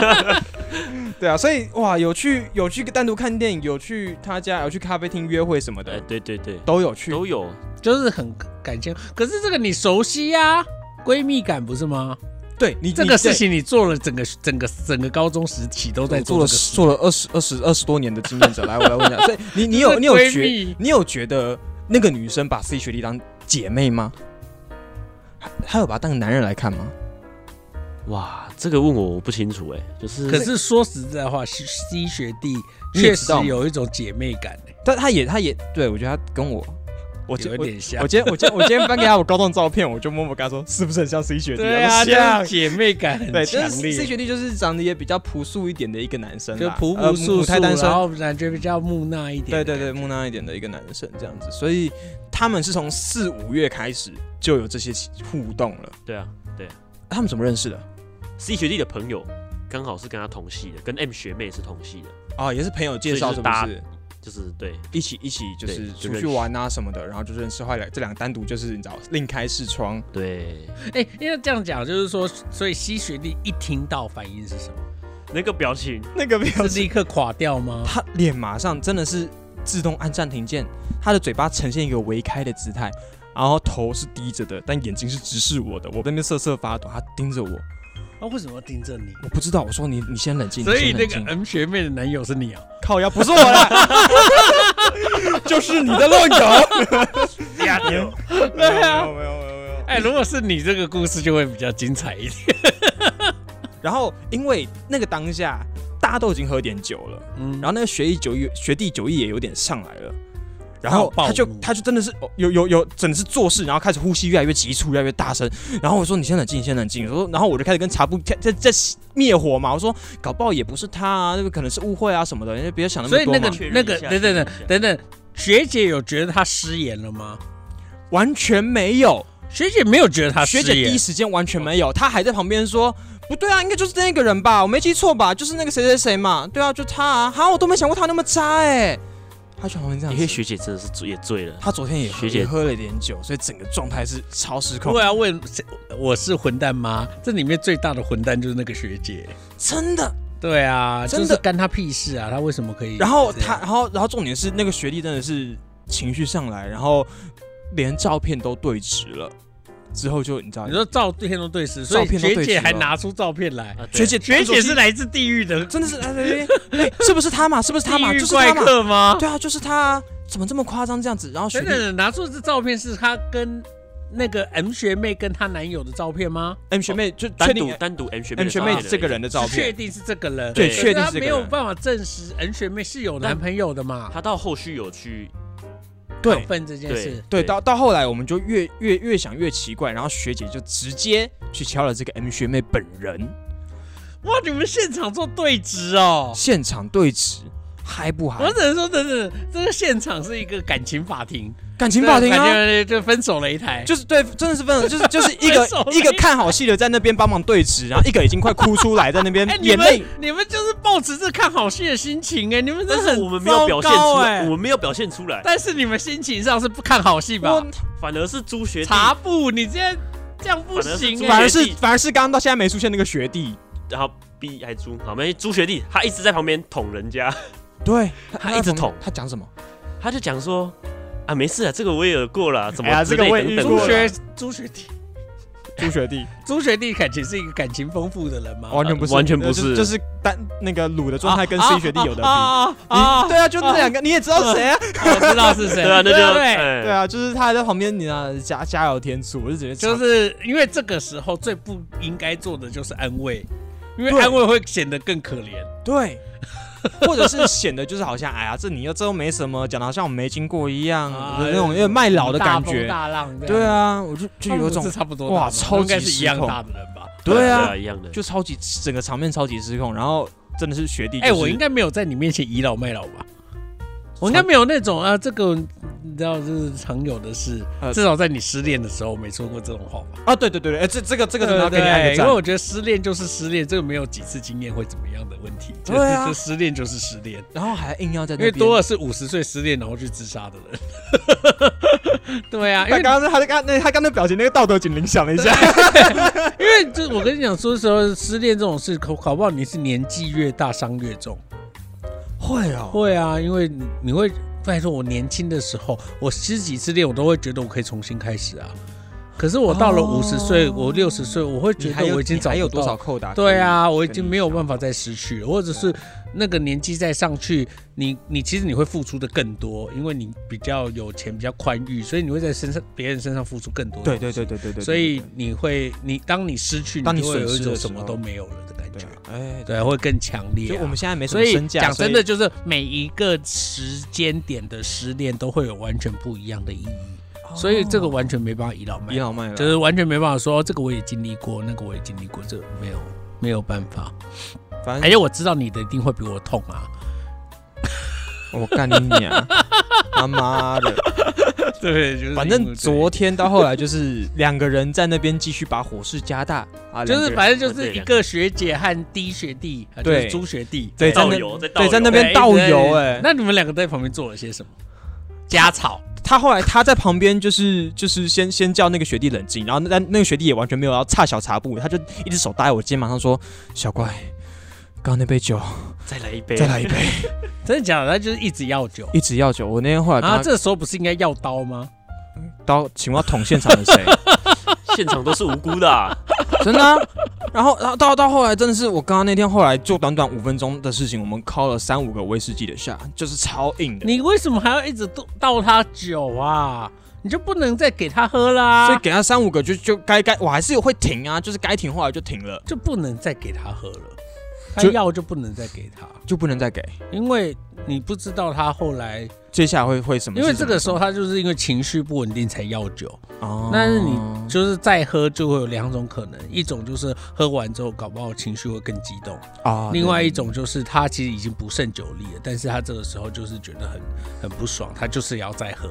Speaker 2: 对啊，所以哇，有去有去单独看电影，有去他家，有去咖啡厅约会什么
Speaker 3: 哎
Speaker 2: 的，
Speaker 3: 对对对，
Speaker 2: 都有去。
Speaker 3: 都有。
Speaker 1: 就是很感情。可是这个你熟悉呀、闺蜜感不是吗？
Speaker 2: 对你
Speaker 1: 这
Speaker 2: 你
Speaker 1: 个事情你做了整个整个整个高中时期都在
Speaker 2: 对我做了
Speaker 1: 这个事
Speaker 2: 做了二十二十二十多年的经验者，来我来问一下，所以你
Speaker 1: 这
Speaker 2: 你有
Speaker 1: 是
Speaker 2: 你有
Speaker 1: 闺
Speaker 2: 觉
Speaker 1: 蜜
Speaker 2: 你有觉得那个女生把 C 学弟当姐妹吗？她她有把她当男人来看吗？
Speaker 3: 哇，这个问我我不清楚哎、就是
Speaker 1: 可是说实在话，C C 学弟
Speaker 2: 你也
Speaker 1: 确
Speaker 2: 知
Speaker 1: 实
Speaker 2: 道嘛
Speaker 1: 有一种姐妹感、欸，
Speaker 2: 但她也她也对我觉得她跟我我
Speaker 1: 有
Speaker 2: 我
Speaker 1: 点像
Speaker 2: 我。今天我今天我今天翻给他我高中照片，我就默默跟他说，是不是很像 C 学弟？
Speaker 1: 对
Speaker 2: 他
Speaker 1: 啊，
Speaker 2: 说像
Speaker 1: 就是姐妹感很
Speaker 2: 对，就
Speaker 1: 强
Speaker 2: 是 C
Speaker 1: 烈，
Speaker 2: 学弟就是长得也比较朴素一点的一个男生
Speaker 1: 就
Speaker 2: 啦，
Speaker 1: 朴
Speaker 2: 呃
Speaker 1: 朴素
Speaker 2: 母
Speaker 1: 素，
Speaker 2: 胎单身
Speaker 1: 然，后感觉比较木讷一点。
Speaker 2: 对对对，木讷一点的一个男生这样子，所以他们是从四五月开始就有这些互动了。
Speaker 3: 对啊
Speaker 2: 他们怎么认识的？
Speaker 3: ，C 学弟的朋友刚好是跟他同系的，跟 M 学妹是同系的，
Speaker 2: 哦，也是朋友介绍，不
Speaker 3: 所以就是是搭
Speaker 2: 是？
Speaker 3: 就是对
Speaker 2: 一起一起就是
Speaker 3: 对就
Speaker 2: 出去
Speaker 3: 认识
Speaker 2: 玩啊什么的，然后就认识。后来这两个单独就是你知道另开视窗，
Speaker 3: 对，
Speaker 1: 哎、因为这样讲就是说，所以 C 学弟一听到反应是什么？
Speaker 3: 那个表情
Speaker 2: 那 个没有
Speaker 1: 是立刻垮掉吗？
Speaker 2: 他脸马上真的是自动按暂停键，他的嘴巴呈现一个微开的姿态，然后头是低着的，但眼睛是直视我的。我在那边瑟瑟发抖，他盯着我，
Speaker 1: 他、为什么要盯着你？
Speaker 2: 我不知道。我说你，你先冷静，
Speaker 1: 所
Speaker 2: 你
Speaker 1: 以
Speaker 2: 先
Speaker 1: 那
Speaker 2: 冷
Speaker 1: 个
Speaker 2: 静
Speaker 1: M 学妹的男友是你啊？
Speaker 2: 呃靠腰不是我 啦，就是你的乱搞。
Speaker 1: 呀，
Speaker 2: 对啊，没有没有没有没有。
Speaker 1: 哎，如果是你，这个故事就会比较精彩一点。
Speaker 2: 然后因为那个当下大家都已经喝点酒了，
Speaker 1: 嗯，
Speaker 2: 然后那个学弟酒意学弟酒意也有点上来了，然
Speaker 1: 他
Speaker 2: 后
Speaker 1: 有暴
Speaker 2: 他就
Speaker 1: 怒
Speaker 2: 他就真的是哦有有有真的是做事，然后开始呼吸越来越急促，越来越大声。然后我说你先冷静，你先冷静。我说，然后我就开始跟茶布在在在灭火嘛。我说搞不好也不是他啊，那个可能是误会啊什么的，人家别想那
Speaker 1: 所
Speaker 2: 么
Speaker 1: 以
Speaker 2: 多
Speaker 1: 那
Speaker 2: 嘛。
Speaker 1: 个
Speaker 3: 确认一
Speaker 1: 那个
Speaker 3: 下
Speaker 1: 等等
Speaker 3: 确认
Speaker 1: 等
Speaker 3: 一下
Speaker 1: 等等，学姐有觉得他失言了吗？
Speaker 2: 完全没有，
Speaker 1: 学姐没有觉得他失
Speaker 2: 学
Speaker 1: 言，
Speaker 2: 姐第一时间完全没有，她还在旁边说不对啊，应该就是那个人吧，我没记错吧，就是那个谁谁谁嘛，对啊，就他啊，哈，我都没想过他那么渣哎、她就好像这样
Speaker 3: 因
Speaker 2: 子
Speaker 3: 为。学姐真的是醉也醉了，
Speaker 2: 他昨天也喝
Speaker 3: 学姐
Speaker 2: 也喝了点酒，所以整个状态是超失
Speaker 1: 如
Speaker 2: 控
Speaker 1: 果。要啊问我是混蛋吗？这里面最大的混蛋就是那个学姐。
Speaker 2: 真的。
Speaker 1: 对啊，
Speaker 2: 真的
Speaker 1: 就是干他屁事啊！他为什么可以这样？
Speaker 2: 然后他，然后然后重点是那个学弟真的是情绪上来，然后连照片都对直了，之后就你知道，
Speaker 1: 你说照片都对时，所以
Speaker 2: 照片都对时
Speaker 1: 学姐
Speaker 2: 了
Speaker 1: 还拿出照片来。
Speaker 3: 啊
Speaker 2: 学
Speaker 3: 对
Speaker 2: 姐
Speaker 1: 学姐是
Speaker 2: 来，
Speaker 1: 来自地狱的
Speaker 2: 真的是哎哎哎哎是不是他嘛？是不是 他嘛？
Speaker 1: 地
Speaker 2: 就
Speaker 1: 狱
Speaker 2: 是他
Speaker 1: 怪
Speaker 2: 嘛？
Speaker 1: 客吗？
Speaker 2: 对啊，就是他，怎么这么夸张这样子？然后学
Speaker 1: 等
Speaker 2: 弟
Speaker 1: 等，拿出这照片是她跟那个 M 学妹跟她男友的照片吗？
Speaker 2: M 哎学妹就确
Speaker 3: 单
Speaker 2: 定
Speaker 3: 独单独 M 学妹
Speaker 2: M
Speaker 3: 的
Speaker 2: 学
Speaker 3: 照
Speaker 2: 妹
Speaker 3: 片而已
Speaker 2: 这个人的照
Speaker 1: 是确
Speaker 2: 片，
Speaker 1: 定是这个人，
Speaker 2: 对
Speaker 1: 可是
Speaker 2: 确定
Speaker 1: 她
Speaker 2: 是这个
Speaker 1: 没有
Speaker 2: 人
Speaker 1: 办法证实 M 学妹是有男朋友的嘛？
Speaker 3: 他到后续有去
Speaker 2: 对
Speaker 1: 分这件
Speaker 3: 对
Speaker 1: 事，
Speaker 2: 对，到到后来我们就越越越想越奇怪，然后学姐就直接去敲了这个 M 学妹本人，
Speaker 1: 哇！你们现场做对质哦，
Speaker 2: 现场对质，嗨不嗨
Speaker 1: 我？只能说，等等，这个现场是一个感情法庭，
Speaker 2: 感情法庭
Speaker 1: 感
Speaker 2: 啊，
Speaker 1: 觉就分手擂台，
Speaker 2: 就是对，真的是分，就是就是一个
Speaker 1: 分手了
Speaker 2: 一个看好戏的在那边帮忙对峙，然后一个已经快哭出来，在那 边
Speaker 1: 哎、你
Speaker 2: 眼泪
Speaker 1: 们。你们就是抱持着看好戏的心情哎、你们
Speaker 3: 但
Speaker 1: 真的
Speaker 3: 是
Speaker 1: 很
Speaker 3: 我们没有表现
Speaker 1: 糟
Speaker 3: 出
Speaker 1: 糕
Speaker 2: 欸
Speaker 3: 来，
Speaker 1: 哎
Speaker 3: 我们没有表现出来，
Speaker 1: 但是你们心情上是不看好戏吧
Speaker 2: 我？
Speaker 3: 反而是朱学弟，
Speaker 1: 茶布，你这样这样不行
Speaker 2: 反
Speaker 1: 哎、
Speaker 2: 而
Speaker 3: 学
Speaker 2: 是
Speaker 3: 弟
Speaker 2: 反而是刚刚到现在没出现那个学弟，
Speaker 3: 然后 B 还朱，好没朱学弟，他一直在旁边捅人家，
Speaker 2: 对
Speaker 3: 他一直捅
Speaker 2: 他讲什么？他
Speaker 3: 他就讲说啊没事啊，这个我也有过啦，怎
Speaker 2: 哎呀
Speaker 3: 么之
Speaker 2: 这个
Speaker 3: 类
Speaker 2: 我也
Speaker 3: 等
Speaker 2: 遇
Speaker 3: 等
Speaker 1: 朱
Speaker 2: 过了
Speaker 3: 的。
Speaker 1: 学朱学弟，
Speaker 2: 朱学弟
Speaker 1: 朱学弟感情是一个感情丰富的人吗？
Speaker 2: 完全不是，
Speaker 3: 啊完全不
Speaker 2: 呃就是就是单那个鲁的状态跟 C 学弟有的比。
Speaker 1: 啊啊啊！
Speaker 2: 你对啊，就那两个，你也知道谁啊？
Speaker 1: 我知道是谁，
Speaker 3: 对啊，那就
Speaker 1: 对对。
Speaker 2: 对，啊，就是他还在旁边，你啊加加油添醋，我就觉得
Speaker 1: 就
Speaker 2: 就是
Speaker 1: 因为这个时候最不应该做的就是安慰，因为
Speaker 2: 对
Speaker 1: 安慰会显得更可怜。
Speaker 2: 对，或者是显得就是好像哎呀，这你又这又没什么，讲的好像我们没经过一样，
Speaker 1: 啊
Speaker 2: 嗯有那种有点卖老的感
Speaker 1: 大
Speaker 2: 觉。
Speaker 1: 风大浪这样
Speaker 2: 对，啊，我就
Speaker 1: 他
Speaker 2: 就
Speaker 1: 们
Speaker 2: 有
Speaker 1: 不
Speaker 2: 一种
Speaker 1: 是差不多
Speaker 2: 哇
Speaker 1: 大吗
Speaker 2: 超
Speaker 1: 应该
Speaker 2: 级
Speaker 1: 是
Speaker 2: 失
Speaker 1: 一样
Speaker 2: 控
Speaker 1: 大的人吧？
Speaker 2: 对啊，
Speaker 3: 一样的。
Speaker 2: 就超级整个场面超级失控，然后真的是学弟、
Speaker 1: 哎、
Speaker 2: 就是
Speaker 1: 我应该没有在你面前倚老卖老吧？我应该没有那种啊，这个你知道这是常有的事，
Speaker 2: 呃
Speaker 1: 至少在你失恋的时候没说过这种话吧？
Speaker 2: 啊，对对对对，哎，这这个这个真的要给
Speaker 1: 对哎
Speaker 2: 你按个
Speaker 1: 因为我
Speaker 2: 赞。
Speaker 1: 觉得失恋就是失恋，这个没有几次经验会怎么样的问题。
Speaker 2: 对
Speaker 1: 就是
Speaker 2: 啊
Speaker 1: 这失恋就是失恋，
Speaker 2: 然后还硬要在那
Speaker 1: 因为
Speaker 2: 边，
Speaker 1: 多的是五十岁失恋然后去自杀的人。 对啊，因
Speaker 2: 他
Speaker 1: 为
Speaker 2: 刚刚他刚那他刚才表情那个道德警铃响了一下，
Speaker 1: 因为这我跟你讲，说实话，失恋这种事，搞搞不好你是年纪越大伤越重。
Speaker 2: 会哦，
Speaker 1: 会啊，因为你你会，拜托我年轻的时候，我十几次恋，我都会觉得我可以重新开始啊。可是我到了
Speaker 2: 哦
Speaker 1: 五十岁，我六十岁，我会觉
Speaker 2: 你还
Speaker 1: 得
Speaker 2: 有
Speaker 1: 我已经
Speaker 2: 你
Speaker 1: 找
Speaker 2: 还有
Speaker 1: 不
Speaker 2: 多
Speaker 1: 到
Speaker 2: 少扣打？
Speaker 1: 对，啊，我已经没有
Speaker 2: 想
Speaker 1: 办法再失去了，或者
Speaker 2: 啊
Speaker 1: 是那个年纪再上去，你你其实你会付出的更多，因为你比较有钱，比较宽裕，所以你会在身上别人身上付出更多。
Speaker 2: 对对对对对对对，
Speaker 1: 所以你会，你当你失去，
Speaker 2: 当你
Speaker 1: 你就会有
Speaker 2: 损失
Speaker 1: 一
Speaker 2: 的
Speaker 1: 种
Speaker 2: 时
Speaker 1: 什么
Speaker 2: 候
Speaker 1: 都没有了的感
Speaker 2: 对
Speaker 1: 觉
Speaker 2: 啊，，哎，
Speaker 1: 对，会更强烈
Speaker 2: 就
Speaker 1: 啊。
Speaker 2: 我们现在没什
Speaker 1: 所
Speaker 2: 么
Speaker 1: 以
Speaker 2: 身价，
Speaker 1: 讲
Speaker 2: 所以
Speaker 1: 真的，就是每一个时间点的失恋都会有完全不一样的意义，
Speaker 2: 哦
Speaker 1: 所以这个完全没办法倚老卖
Speaker 2: 倚
Speaker 1: 老，
Speaker 2: 老卖老
Speaker 1: 就是完全没办法说这个我也经历过，那个我也经历过，这个没有没有办法。
Speaker 2: 反
Speaker 1: 而
Speaker 2: 正
Speaker 1: 且我知道你的一定会比我痛 啊，
Speaker 2: 我哦干你娘，他 妈的！
Speaker 1: 对，就是
Speaker 2: 反正昨天到后来就是两个人在那边继续把火势加大啊，
Speaker 1: 就
Speaker 2: 两个
Speaker 1: 是
Speaker 2: 人
Speaker 1: 反正就是一个学姐和 D 学弟，啊就是
Speaker 2: 对
Speaker 1: 朱学弟，哎
Speaker 2: 对在
Speaker 3: 倒
Speaker 2: 那
Speaker 3: 油在倒
Speaker 2: 对在那
Speaker 3: 油
Speaker 2: 边倒油哎、
Speaker 1: 那你们两个在旁边做了些什么？加草，
Speaker 2: 他后来他在旁边就是就是先先叫那个学弟冷静，然后那那个学弟也完全没有要差小茶步，他就一只手搭在我肩膀上说：“小怪，刚刚那杯酒
Speaker 3: 再来一杯，
Speaker 2: 再来一杯，
Speaker 1: 真的假的？他就是一直要酒
Speaker 2: 一直要酒。”我那天后来跟
Speaker 1: 啊，
Speaker 2: 啊他
Speaker 1: 这时候不是应该要刀吗？
Speaker 2: 刀，请问要捅现场的谁？
Speaker 3: 现场都是无辜的啊、
Speaker 2: 真的啊、然后然后到到后来真的是我刚刚那天后来就短短五分钟的事情，我们敲了三五个威士忌的下，就是超硬的。
Speaker 1: 你为什么还要一直倒倒他酒啊？你就不能再给他喝啦、
Speaker 2: 所以给他三五个就就该该，我还是有会停啊，就是该停后来就停了，
Speaker 1: 就不能再给他喝了。他
Speaker 2: 就
Speaker 1: 药就不能再给他，
Speaker 2: 就不能再给。
Speaker 1: 因为你不知道他后来，
Speaker 2: 接下来会会什么
Speaker 1: 因
Speaker 2: 事
Speaker 1: 为
Speaker 2: 情？
Speaker 1: 这个时候他就是因为情绪不稳定才药酒，
Speaker 2: 哦，
Speaker 1: 但是你就是再喝就会有两种可能，一种就是喝完之后搞不好情绪会更激动，
Speaker 2: 啊，
Speaker 1: 另外
Speaker 2: 对
Speaker 1: 一种就是他其实已经不胜酒力了，但是他这个时候就是觉得很很不爽，他就是要再喝，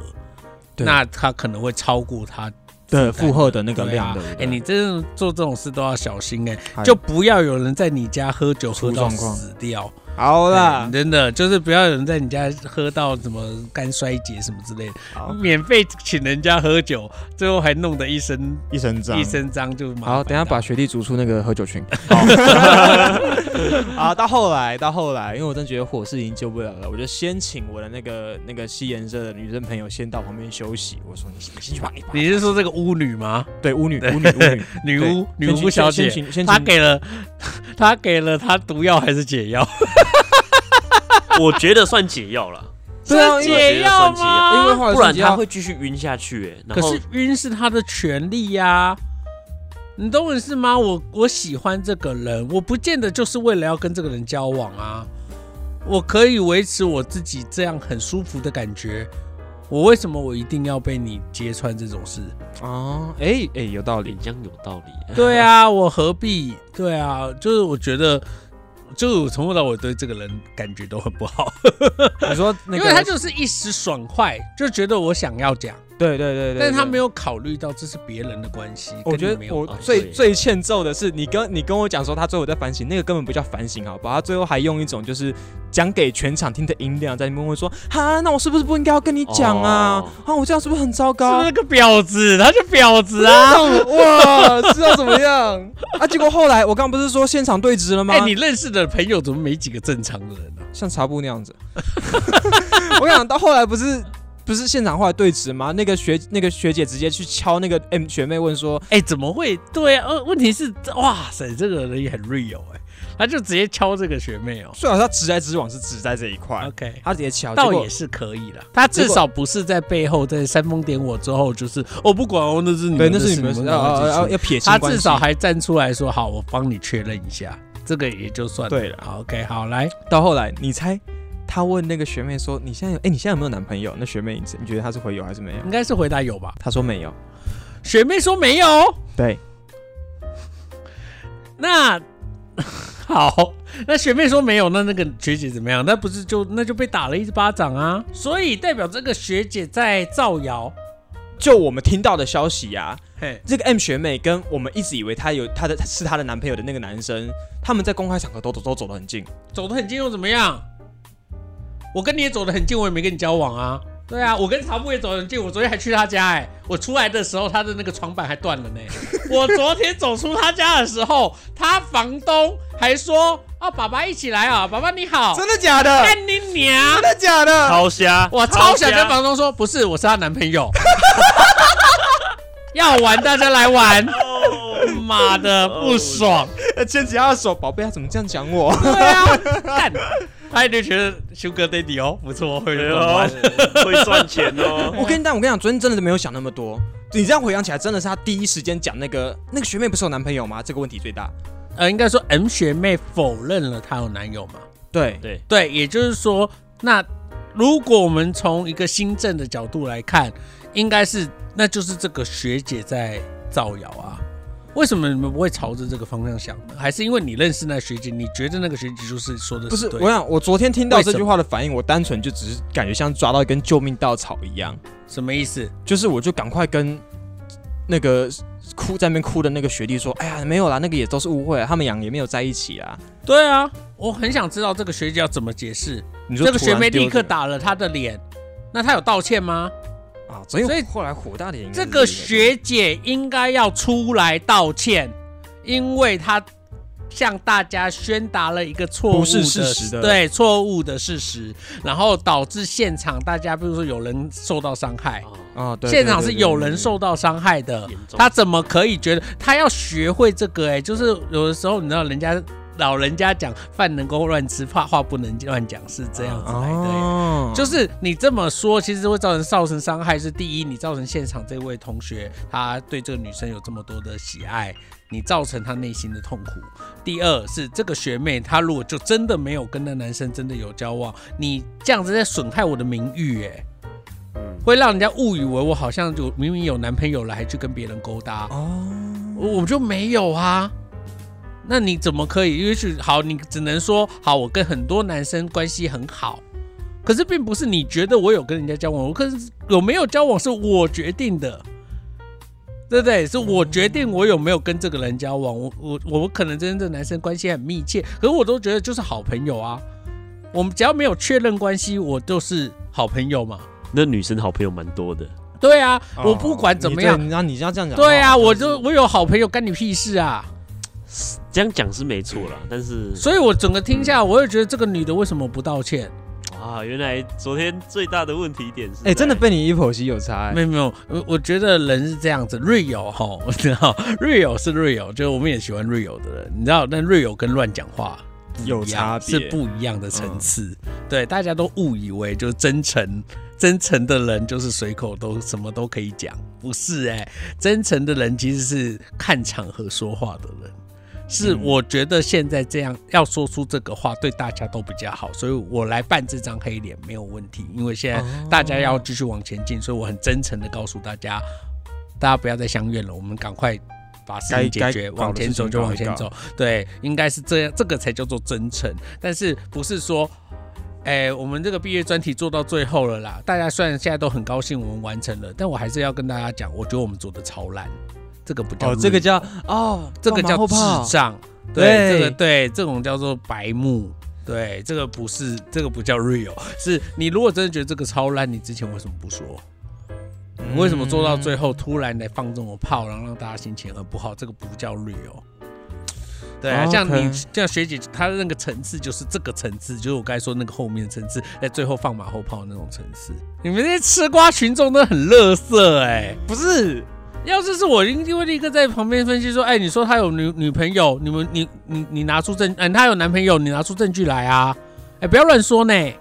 Speaker 2: 对
Speaker 1: 那他可能会超过他
Speaker 2: 的负荷的那个
Speaker 1: 对
Speaker 2: 量的
Speaker 1: 啊，哎、
Speaker 2: 对
Speaker 1: 你真的做这种事都要小心哎、
Speaker 2: 嗨
Speaker 1: 就不要有人在你家喝酒喝到
Speaker 2: 出状况
Speaker 1: 死掉。
Speaker 2: 好啦
Speaker 1: 嗯，真的就是不要有人在你家喝到什么肝衰竭什么之类
Speaker 2: 好
Speaker 1: 的，免费请人家喝酒，最后还弄得一身
Speaker 2: 一身脏
Speaker 1: 一。身脏就麻烦
Speaker 2: 好，等一下
Speaker 1: 了
Speaker 2: 把学弟逐出那个喝酒 群。好，到后来，到后来，因为我真的觉得火势已经救不了了，我就先请我的那个那个吸颜色的女生朋友先到旁边休息。我说：“你你先去吧，你吧
Speaker 1: 你是说这个巫女吗？
Speaker 2: 对巫女，巫女，巫女，
Speaker 1: 女巫
Speaker 2: 对
Speaker 1: 女巫小姐
Speaker 2: 先，请先
Speaker 1: 她
Speaker 2: 请
Speaker 1: 给了 她给了她毒药还是解药？
Speaker 3: 我觉得算解药 了，
Speaker 2: 对啊
Speaker 1: 是
Speaker 3: 因为
Speaker 1: 解药
Speaker 3: 我觉得算解药
Speaker 2: 因为
Speaker 1: 吗？
Speaker 2: 后来
Speaker 3: 不然
Speaker 2: 瞬间要
Speaker 3: 他会继续晕下去、欸。
Speaker 1: 可
Speaker 3: 然后
Speaker 1: 是晕是她的权利呀、你懂我意思吗？我我喜欢这个人，我不见得就是为了要跟这个人交往啊。我可以维持我自己这样很舒服的感觉，我为什么我一定要被你揭穿这种 事？
Speaker 2: 哦，哎哎，有道理
Speaker 3: 领。江有道理，欸
Speaker 1: 对啊，我何必？对啊，就是我觉得，就我从头到尾对这个人感觉都很不好，
Speaker 2: 你说 那
Speaker 1: 因
Speaker 2: 个，
Speaker 1: 为他就是一时爽快，就觉得我想要讲，
Speaker 2: 对对对对，
Speaker 1: 但是他
Speaker 2: 对
Speaker 1: 没有考虑到这是别人的关系。
Speaker 2: 我
Speaker 1: 跟
Speaker 2: 觉
Speaker 1: 你没
Speaker 2: 得
Speaker 1: 有啊
Speaker 2: 我
Speaker 1: 关系
Speaker 2: 最
Speaker 3: 对
Speaker 2: 最欠揍的是，你跟你跟我讲说他最后在反省，那个根本不叫反省，好不好？他最后还用一种就是讲给全场听的音量，在那边问说：“哈，那我是不是不应该要跟你讲啊？
Speaker 3: 哦
Speaker 2: 啊，我这样是不是很糟
Speaker 1: 是
Speaker 2: 糕
Speaker 1: 不是？”个婊子？他是婊子啊！
Speaker 2: 哇，是要怎么样啊？结果后来我刚不是说现场对峙了吗？
Speaker 1: 哎、你认识的朋友怎么没几个正常的人呢、啊
Speaker 2: 像茶布那样子， 我跟你讲到后来不是。不是现场后来对峙吗？那个学那个学姐直接去敲那个 M 学妹，问说
Speaker 1: 哎、怎么会？对啊，呃，问题是，哇塞，这个人也很 real 哎、他就直接敲这个学妹哦、
Speaker 2: 最好她直来直往是直在这一块，
Speaker 1: OK，
Speaker 2: 她直接敲，
Speaker 1: 倒
Speaker 2: 结果
Speaker 1: 也是可以了。他至少不是在背后在煽风点火之后，就是我、不管哦，那是你
Speaker 2: 对，
Speaker 1: 们的
Speaker 2: 那是
Speaker 1: 事，
Speaker 2: 你们
Speaker 1: 们啊
Speaker 2: 要
Speaker 1: 赶快
Speaker 2: 要
Speaker 1: 自己
Speaker 2: 要
Speaker 1: 处
Speaker 2: 要撇清
Speaker 1: 他
Speaker 2: 关
Speaker 1: 至
Speaker 2: 系
Speaker 1: 少还站出来说：“好，我帮你确认一下。”这个也就算了。
Speaker 2: 对了。
Speaker 1: 好，OK，好，来，
Speaker 2: 到后来，你猜他问那个学妹说：“你现在有哎、你现在有没有男朋友？”那学妹，你你觉得她是回有还是没有？
Speaker 1: 应该是回答有吧？
Speaker 2: 她说没有。
Speaker 1: 学妹说没有，
Speaker 2: 对，
Speaker 1: 那 好，那学妹说没有，那那个学姐怎么样？那不是就那就被打了一巴掌啊？所以代表这个学姐在造谣。
Speaker 2: 就我们听到的消息啊，
Speaker 1: 嘿，
Speaker 2: 这个 M 学妹跟我们一直以为她有她的是她的男朋友的那个男生，他们在公开场合都都都走得很近。
Speaker 1: 走得很近又怎么样？我跟你也走得很近，我也没跟你交往啊。对啊，我跟茶布也走得很近，我昨天还去他家哎、我出来的时候他的那个床板还断了呢。我昨天走出他家的时候，他房东还说：“哦，爸爸一起来啊、爸爸你好。”
Speaker 2: 真的假的？
Speaker 1: 干你娘！
Speaker 2: 的假的？
Speaker 3: 超瞎，
Speaker 1: 我超想跟
Speaker 3: 瞎
Speaker 1: 房东说，不是，我是她男朋友。 要玩大家来玩，
Speaker 3: 哦
Speaker 1: 妈的不爽。
Speaker 2: 牵起她的手，宝贝，她怎么这样讲我？
Speaker 1: 对啊， 干，他一定觉得修哥 daddy 哦，不错，会玩
Speaker 3: 哎呦
Speaker 1: 玩。，
Speaker 3: 会算钱 哦。
Speaker 2: 我跟你但我跟你讲，昨天真的没有想那么多。你这样回想起来，真的是她第一时间讲那个那个学妹不是有男朋友吗？这个问题最大。
Speaker 1: 呃，应该说 M 学妹否认了她有男友嘛？
Speaker 2: 对，
Speaker 3: 对，
Speaker 1: 对，也就是说，那如果我们从一个新政的角度来看，应该是那就是这个学姐在造谣啊。为什么你们不会朝着这个方向想呢？还是因为你认识那学姐，你觉得那个学姐就是说的
Speaker 2: 不是，
Speaker 1: 对
Speaker 2: 我
Speaker 1: 的？
Speaker 2: 想我昨天听到
Speaker 1: 为什
Speaker 2: 这
Speaker 1: 么
Speaker 2: 句话的反应，我单纯就只是感觉像抓到一根救命稻草一样，
Speaker 1: 什么意思？
Speaker 2: 就是我就赶快跟那个哭在那边哭的那个学弟说，哎呀，没有啦，那个也都是误会啊，他们俩也没有在一起啊。
Speaker 1: 对啊，我很想知道这个学姐要怎么解释。
Speaker 2: 你说
Speaker 1: 这个
Speaker 2: 突然
Speaker 1: 学妹
Speaker 2: 丢
Speaker 1: 立刻
Speaker 2: 这
Speaker 1: 打了她的脸，那她有道歉吗？
Speaker 2: 个啊，所以
Speaker 1: 所以
Speaker 2: 后来火大的应该
Speaker 1: 这
Speaker 2: 是
Speaker 1: 个学姐应该要出来道歉，因为她向大家宣达了一个错误
Speaker 2: 不是事实的
Speaker 1: 对错误的事实，然后导致现场大家，比如说有人受到伤害，
Speaker 2: 啊，对，
Speaker 1: 现场是有人
Speaker 2: 受。
Speaker 1: 受到伤害的
Speaker 3: 严，重
Speaker 1: 她怎么可以觉得她要学会这个、哎，就是有的时候你知道人家老人家讲饭能够乱吃，话话不能乱讲，是这样子来的、哎
Speaker 2: 哦
Speaker 1: 就是你这么说，其实会造成造成伤害。是第一，你造成现场这位同学他对这个女生有这么多的喜爱，你造成他内心的痛苦。第二是这个学妹，她如果就真的没有跟那男生真的有交往，你这样子在损害我的名誉，哎，会让人家误以为我好像就明明有男朋友了，还去跟别人勾搭。
Speaker 2: 哦，
Speaker 1: 我就没有啊。那你怎么可以？也许好，你只能说好，我跟很多男生关系很好，可是并不是你觉得我有跟人家交往，我可是有没有交往是我决定的，对不对？是我决定我有没有跟这个人交往。我我我可能跟这个男生关系很密切，可是我都觉得就是好朋友啊。我们只要没有确认关系，我就是好朋友嘛。
Speaker 3: 那女生好朋友蛮多的，
Speaker 1: 对啊，我不管怎么样
Speaker 2: 哦你，对，然后你要这样讲，
Speaker 1: 对啊，
Speaker 2: 哦
Speaker 1: 我就我有好朋友，干你屁事啊！
Speaker 3: 这样讲是没错啦，但是
Speaker 1: 所以我整个听下来，我也觉得这个女的为什么不道歉？
Speaker 3: 啊，原来昨天最大的问题点是，
Speaker 2: 哎，真的被你一剖析有差，
Speaker 1: 没有没有，我我觉得人是这样子，real 哈，我知道 real 是 real，就是我们也喜欢 real 的人，你知道，但 real 跟乱讲话不一样
Speaker 2: 有差别
Speaker 1: 是不一样的层次。对，大家都误以为就是真诚，真诚的人就是随口都什么都可以讲，不是哎、真诚的人其实是看场合说话的人。是，我觉得现在这样要说出这个话对大家都比较好，所以我来扮这张黑脸没有问题，因为现在大家
Speaker 2: 哦
Speaker 1: 要继续往前进，所以我很真诚的告诉大家，大家不要再相怨了，我们赶快把事情解
Speaker 2: 该
Speaker 1: 决，
Speaker 2: 该搞的
Speaker 1: 往前走就往前
Speaker 2: 事情
Speaker 1: 走，对，应该是这样，这个才叫做真诚，但是不是说。哎，我们这个毕业专题做到最后了啦！大家虽然现在都很高兴我们完成了，但我还是要跟大家讲，我觉得我们做的超烂，这个不叫
Speaker 2: 哦，这个
Speaker 1: 叫。
Speaker 2: 叫哦，
Speaker 1: 这个
Speaker 2: 干嘛
Speaker 1: 叫
Speaker 2: 后
Speaker 1: 智
Speaker 2: 怕
Speaker 1: 障，
Speaker 2: 对
Speaker 1: 对，这个对，这种叫做白目，对，这个不是，这个不叫 real，是你如果真的觉得这个超烂，你之前为什么不说？你嗯为什么做到最后突然来放这种炮，然后让大家心情很不好？这个不叫 real。对啊，
Speaker 2: OK
Speaker 1: 像你像学姐，她的那个层次就是这个层次，就是我刚才说那个后面层次，在最后放马后炮那种层次。你们这些吃瓜群众都很乐色哎、
Speaker 2: 不是
Speaker 1: 要是是我，一定会立刻在旁边分析说：“哎、你说他有女女朋友，你们你你你拿出证，哎、他有男朋友，你拿出证据来啊！哎、不要乱说呢。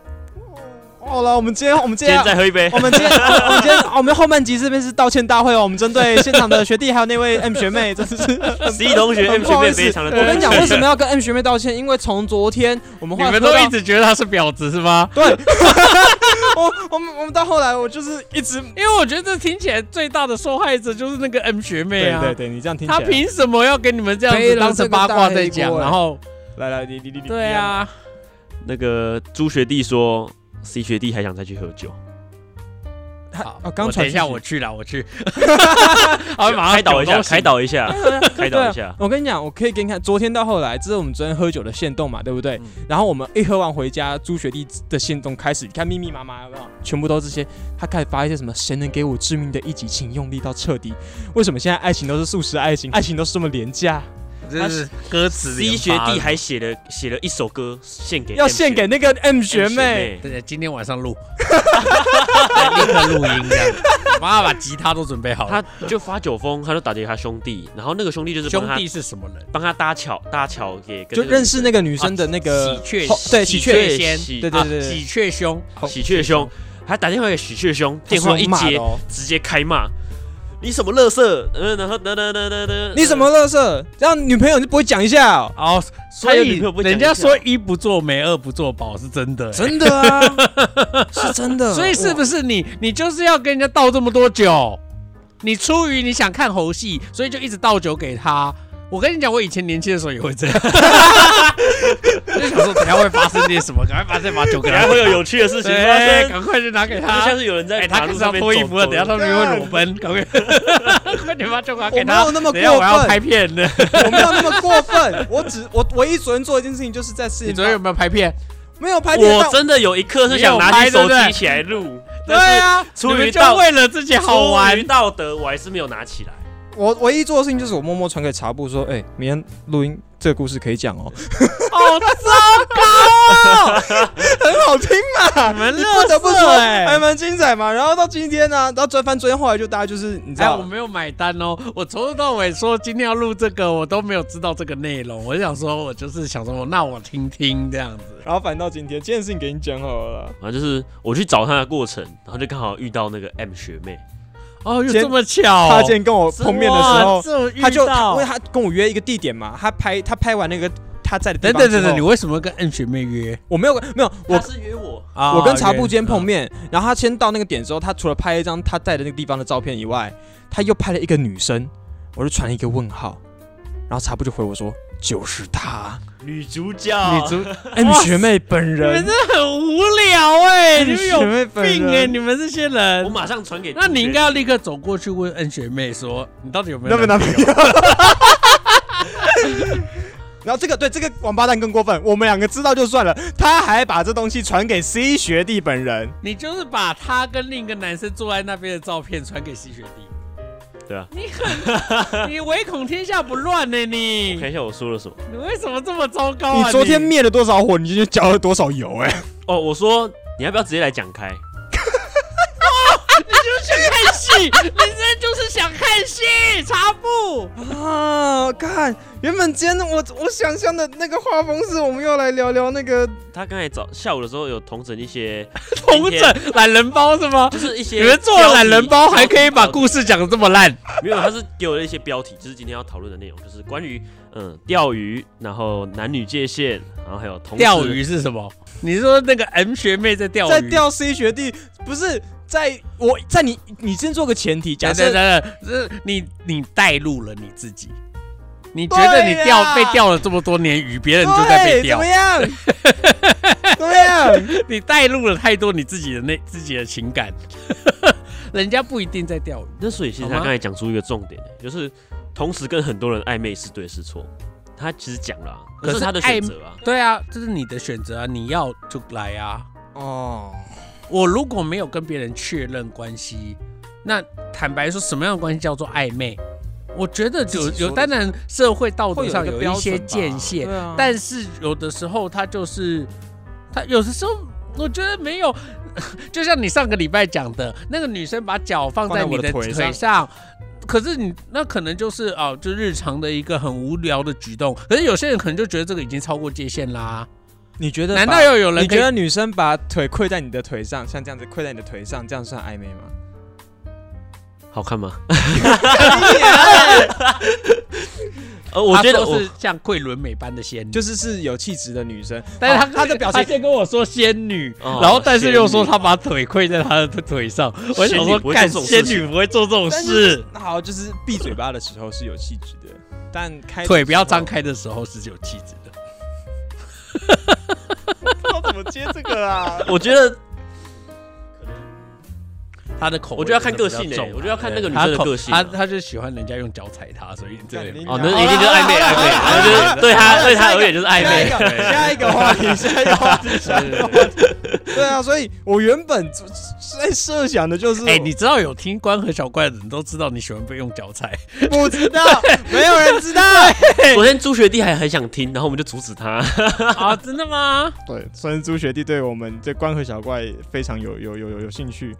Speaker 2: 好了，我们今天我们今
Speaker 3: 今天
Speaker 2: 天
Speaker 3: 再喝一杯
Speaker 2: 我，们今天我们今天我们后半集这边是道歉大会哦，我们针对现场的学弟还有那位 M 学妹，真的是
Speaker 3: 十一同学
Speaker 2: 很
Speaker 3: M
Speaker 2: 不
Speaker 3: 学
Speaker 2: 好意
Speaker 3: 妹
Speaker 2: 思。
Speaker 3: 非常的，
Speaker 2: 我跟你讲，为什么要跟 M 学妹道歉？因为从昨天我们
Speaker 1: 你
Speaker 2: 话
Speaker 1: 们
Speaker 2: 说
Speaker 1: 都
Speaker 2: 到
Speaker 1: 一直觉得他是婊子是吗？
Speaker 2: 对，我我们我们到后来我就是一直
Speaker 1: 因为我觉得这听起来最大的受害者就是那个 M 学妹啊，
Speaker 2: 对，你这样听
Speaker 1: 她凭什么要给你们这样
Speaker 2: 背
Speaker 1: 子
Speaker 2: 了
Speaker 1: 当成八卦在
Speaker 2: 这个大黑
Speaker 1: 讲？
Speaker 2: 锅哎
Speaker 1: 然后
Speaker 2: 来来，你你你你
Speaker 1: 对，啊，
Speaker 3: 那个朱学弟说，C 学弟还想再去喝酒，
Speaker 2: 他
Speaker 1: 好
Speaker 2: 哦，刚
Speaker 1: 我等
Speaker 2: 传
Speaker 1: 一下
Speaker 2: 讯息
Speaker 1: 我去了，我去，
Speaker 2: 哎
Speaker 1: 好，马上
Speaker 3: 开导一下，
Speaker 1: 酒都醒
Speaker 3: 开导一下，开导一
Speaker 2: 对
Speaker 3: 下
Speaker 2: 啊。我跟你讲，我可以给你看，昨天到后来，这是我们昨天喝酒的限动嘛，对不对？
Speaker 3: 嗯
Speaker 2: 然后我们一喝完回家，朱学弟的限动开始，你看密密麻麻有没有？全部都是这些，他开始发一些什么“谁能给我致命的一击，请用力到彻底”。为什么现在爱情都是素食爱情，爱情都是这么廉价？
Speaker 1: 这是歌词连
Speaker 3: C
Speaker 1: 发
Speaker 3: 学弟
Speaker 1: 了
Speaker 3: 还写了写了一首歌献
Speaker 1: 哎
Speaker 3: 给
Speaker 2: 要
Speaker 3: M
Speaker 2: 献给那个 M 学
Speaker 3: M
Speaker 2: 妹。
Speaker 1: 对对，今天晚上录，立刻录音这样。妈妈把吉他都准备好了。
Speaker 3: 他就发酒疯，他就打给他兄弟，然后那个兄弟就是帮
Speaker 1: 兄
Speaker 3: 他
Speaker 1: 弟是什么人？
Speaker 3: 帮他搭桥搭桥给跟
Speaker 2: 就
Speaker 3: 那个
Speaker 2: 认识那个女生的那个
Speaker 1: 啊喜鹊
Speaker 2: 后对
Speaker 1: 喜
Speaker 2: 喜
Speaker 1: 鹊
Speaker 2: 鹊
Speaker 1: 仙
Speaker 3: 喜
Speaker 2: 对
Speaker 1: 啊
Speaker 2: 对对对
Speaker 1: 喜鹊兄，
Speaker 2: 后
Speaker 3: 喜鹊兄，还打电话给喜鹊兄，电话一
Speaker 2: 他是
Speaker 3: 接
Speaker 2: 用骂的哦
Speaker 3: 直接开骂，你什么乐色？嗯，然后噔噔噔噔噔，
Speaker 2: 你什么乐色？让女朋友就不会讲一下 哦？
Speaker 1: 哦，所
Speaker 3: 他有
Speaker 1: 以
Speaker 3: 女朋友不讲
Speaker 1: 人
Speaker 3: 一
Speaker 1: 家
Speaker 3: 下
Speaker 1: 说一不做媒，二不做保是真的欸、
Speaker 2: 真的啊，是真的。
Speaker 1: 所以 是哦
Speaker 2: 哇
Speaker 1: 不是你你就是要跟人家倒这么多酒？你出于你想看猴戏，所以就一直倒酒给他。我跟你讲，我以前年轻的时候也会这样，就想说等一下会发生点什么，赶快把这把酒给
Speaker 3: 等
Speaker 1: 他
Speaker 3: 下，会有有趣的事情 发
Speaker 1: 对，
Speaker 3: 生。
Speaker 1: 赶快就拿给
Speaker 3: 就
Speaker 1: 他。
Speaker 3: 像是有人在
Speaker 1: 哎，他
Speaker 3: 马
Speaker 1: 开
Speaker 3: 路
Speaker 1: 始
Speaker 3: 上
Speaker 1: 要
Speaker 3: 面
Speaker 1: 脱衣
Speaker 3: 走
Speaker 1: 服了，
Speaker 3: 走
Speaker 1: 等一下他们
Speaker 2: 干
Speaker 1: 会裸奔，赶 快快点把酒给他给
Speaker 2: 我没
Speaker 1: 他
Speaker 2: 有。那么
Speaker 1: 等一下我
Speaker 2: 过
Speaker 1: 要
Speaker 2: 分
Speaker 1: 拍片的，
Speaker 2: 我没有那么过分， 我只我唯一昨天做的一件事情就是在事
Speaker 1: 你
Speaker 2: 情
Speaker 1: 昨天有没有拍片？
Speaker 2: 没有拍电
Speaker 3: 我
Speaker 2: 到
Speaker 3: 真的有一刻是想拿起手机起来录，
Speaker 1: 对
Speaker 3: 但是
Speaker 1: 啊，
Speaker 3: 出于
Speaker 1: 你们就
Speaker 3: 道
Speaker 1: 为了自己好
Speaker 3: 出于
Speaker 1: 玩，
Speaker 3: 道德，我还是没有拿起来。
Speaker 2: 我唯一做的事情就是我默默传给茶布说，哎、明天录音这个故事可 以讲哦，
Speaker 1: 好
Speaker 2: 很好 听嘛，
Speaker 1: 你们
Speaker 2: 你不得不
Speaker 1: 哦乐色
Speaker 2: 说
Speaker 1: 欸
Speaker 2: 还蛮精彩嘛。然后到今天呢、然后昨翻昨天后来就大家就是你知
Speaker 1: 哎，
Speaker 2: 道
Speaker 1: 我，没有买单哦，我从头到尾说今天要录这个，我都没有知道这个内容。我想说，我就是想说，那我听听这样子。
Speaker 2: 然后反到今天，这件事情给你讲好了啦。
Speaker 3: 然后就是我去找他的过程，然后就刚好遇到那个 M 学妹，
Speaker 1: 哦，有
Speaker 2: 今
Speaker 1: 这么巧、
Speaker 2: 他今天跟我碰面的时候
Speaker 1: 哇，这么遇
Speaker 2: 他就
Speaker 1: 到
Speaker 2: 因为他跟我约一个地点嘛，他拍他拍完那个他在的地
Speaker 1: 等
Speaker 2: 方
Speaker 1: 等等
Speaker 2: 之后
Speaker 1: 等，你为什么跟 N 学妹约？
Speaker 2: 我没有没有我
Speaker 3: 他是约我，
Speaker 1: 啊
Speaker 2: 我跟茶布今天碰，面，然后他先到那个点之后，他除了拍一张他在的那个地方的照片以外，他又拍了一个女生，我就传了一个问号，然后茶布就回我说就是 她
Speaker 3: 女主角，
Speaker 2: 啊
Speaker 1: 约你主，
Speaker 2: ，M
Speaker 1: 哇
Speaker 2: 学妹本
Speaker 1: 你们真
Speaker 2: 人
Speaker 1: 的很无聊哎、你们
Speaker 2: ，M 欸学
Speaker 1: 有
Speaker 2: 妹本
Speaker 1: 病哎、
Speaker 2: 人，Oh
Speaker 1: 你们这些
Speaker 3: 我
Speaker 1: 人。
Speaker 3: 马上传给。
Speaker 1: 那你应该要立刻走过去问 N 学妹说，你到底有没有？
Speaker 2: 那么男朋友？然后这个对这个王八蛋更过分，我们两个知道就算了，他还把这东西传给 C 学弟本人，
Speaker 1: 你就是把他跟另一个男生坐在那边的照片传给西学弟。
Speaker 3: 对啊，
Speaker 1: 你 很，你唯恐天下不乱呢、你
Speaker 3: 看一下我说了什么。
Speaker 1: 你为什么这么糟糕、啊？
Speaker 2: 你昨天灭了多少火，你今天浇了多少油哎、
Speaker 3: 哦，我说你要不要直接来讲开？
Speaker 1: 看戏，你这就是想看戏，茶布。
Speaker 2: 啊，看，原本今天我我想象的那个画风是我们要来聊聊那个，
Speaker 3: 他刚才早下午的时候有同整一些
Speaker 1: 同 整懒人包是吗
Speaker 3: 就？是一些
Speaker 1: 你们做了懒人包，
Speaker 3: 标题
Speaker 1: 还可以把故事讲的这么烂？
Speaker 3: 没有，他是给我的一些标题，就是今天要讨论的内容，就是关于嗯钓鱼，然后男女界限，然后还有同志
Speaker 1: 钓鱼是什么？你说那个 M 学妹在钓鱼？
Speaker 2: 在钓 C 学弟不是在我在你你先做个前提，假
Speaker 1: 等等
Speaker 2: 设
Speaker 1: 等等，这你你带入了你自己，你觉得你
Speaker 2: 对
Speaker 1: 钓
Speaker 2: 啦
Speaker 1: 被钓了这么多年鱼，别人就在被
Speaker 2: 对怎
Speaker 1: 钓
Speaker 2: 么，样？ 怎么样？
Speaker 1: 你带入了太多你自己的那自己的情感， 人家不一定在钓鱼。
Speaker 3: 那所以其实
Speaker 1: 好
Speaker 3: 他
Speaker 1: 吗
Speaker 3: 刚才讲出一个重点，就是同时跟很多人暧昧是对是错，他其实讲了啊、
Speaker 1: 可是
Speaker 3: 这是他的选择啊。
Speaker 1: 对啊，这是你的选择啊，你要就来啊。
Speaker 2: 哦，
Speaker 1: 我如果没有跟别人确认关系，那坦白说，什么样的关系叫做暧昧？我觉得
Speaker 2: 自己
Speaker 1: 有
Speaker 2: 说的
Speaker 1: 有，当然社会道德
Speaker 2: 会
Speaker 1: 上
Speaker 2: 有
Speaker 1: 有
Speaker 2: 标
Speaker 1: 一
Speaker 2: 准
Speaker 1: 些
Speaker 2: 吧
Speaker 1: 界限，
Speaker 2: 对啊
Speaker 1: 但是有的时候他就是他有的时候。我觉得没有， 就像你上个礼拜讲的，那个女生把脚放在
Speaker 2: 放在
Speaker 1: 你
Speaker 2: 我的
Speaker 1: 的
Speaker 2: 腿
Speaker 1: 上，
Speaker 2: 上
Speaker 1: 可是你那可能就是哦，就日常的一个很无聊的举动。可是有些人可能就觉得这个已经超过界限啦。
Speaker 2: 你觉得
Speaker 1: 难
Speaker 2: 把
Speaker 1: 道又有人
Speaker 2: 你
Speaker 1: 可
Speaker 2: 觉
Speaker 1: 以
Speaker 2: 得女生把腿跪在你的腿上，像这样子跪在你的腿上，这样算暧昧吗？
Speaker 3: 好看吗？ 呃，我
Speaker 1: 他
Speaker 3: 觉得
Speaker 1: 说
Speaker 3: 我
Speaker 1: 是像桂纶镁般的仙女，
Speaker 2: 就是是有气质的女生，
Speaker 1: 但是他、
Speaker 2: 哦她的表情
Speaker 1: 他先跟我说仙女，
Speaker 3: 哦
Speaker 1: 然后但是又说
Speaker 3: 仙女
Speaker 1: 他把腿跪在他的腿上，我想
Speaker 3: 仙
Speaker 1: 说
Speaker 3: 女不会做
Speaker 1: 干
Speaker 3: 这种
Speaker 1: 仙
Speaker 3: 事
Speaker 1: 女不会做这种
Speaker 2: 但是
Speaker 1: 事，
Speaker 2: 那好，就是闭嘴巴的时候是有气质的，但开
Speaker 1: 腿不要张
Speaker 2: 开。
Speaker 1: 开的时候是有气质的。
Speaker 2: 不知道怎么接这个啊？
Speaker 3: 我觉得，
Speaker 1: 他的口味
Speaker 3: 我觉得要看
Speaker 1: 真的
Speaker 3: 个
Speaker 1: 比较
Speaker 3: 性欸
Speaker 1: 重啊
Speaker 3: 我觉得要看那个
Speaker 1: 对
Speaker 3: 女
Speaker 1: 他
Speaker 3: 生的
Speaker 1: 口
Speaker 3: 个性
Speaker 1: 他
Speaker 3: 啊
Speaker 1: 他就喜欢人家用脚踩他，所以这
Speaker 2: 干你
Speaker 1: 里
Speaker 3: 哦，
Speaker 2: 好
Speaker 3: 那
Speaker 2: 了
Speaker 3: 一定就是暧昧，暧昧，我觉得对他对他而言就是暧
Speaker 2: 下一
Speaker 3: 昧。
Speaker 2: 个，下一个话题，下一个话题，下一个 话题。对啊，所以我原本在设想的就是，
Speaker 1: 哎、你知道有听关和小怪的人都知道你喜欢被用脚踩，
Speaker 2: 不知 道，没有人知道。
Speaker 3: 昨天朱学弟还很想听，然后我们就阻止他。
Speaker 1: 啊，真的吗？
Speaker 2: 对，虽然朱学弟对我们对关河小怪非常有有有有有兴趣，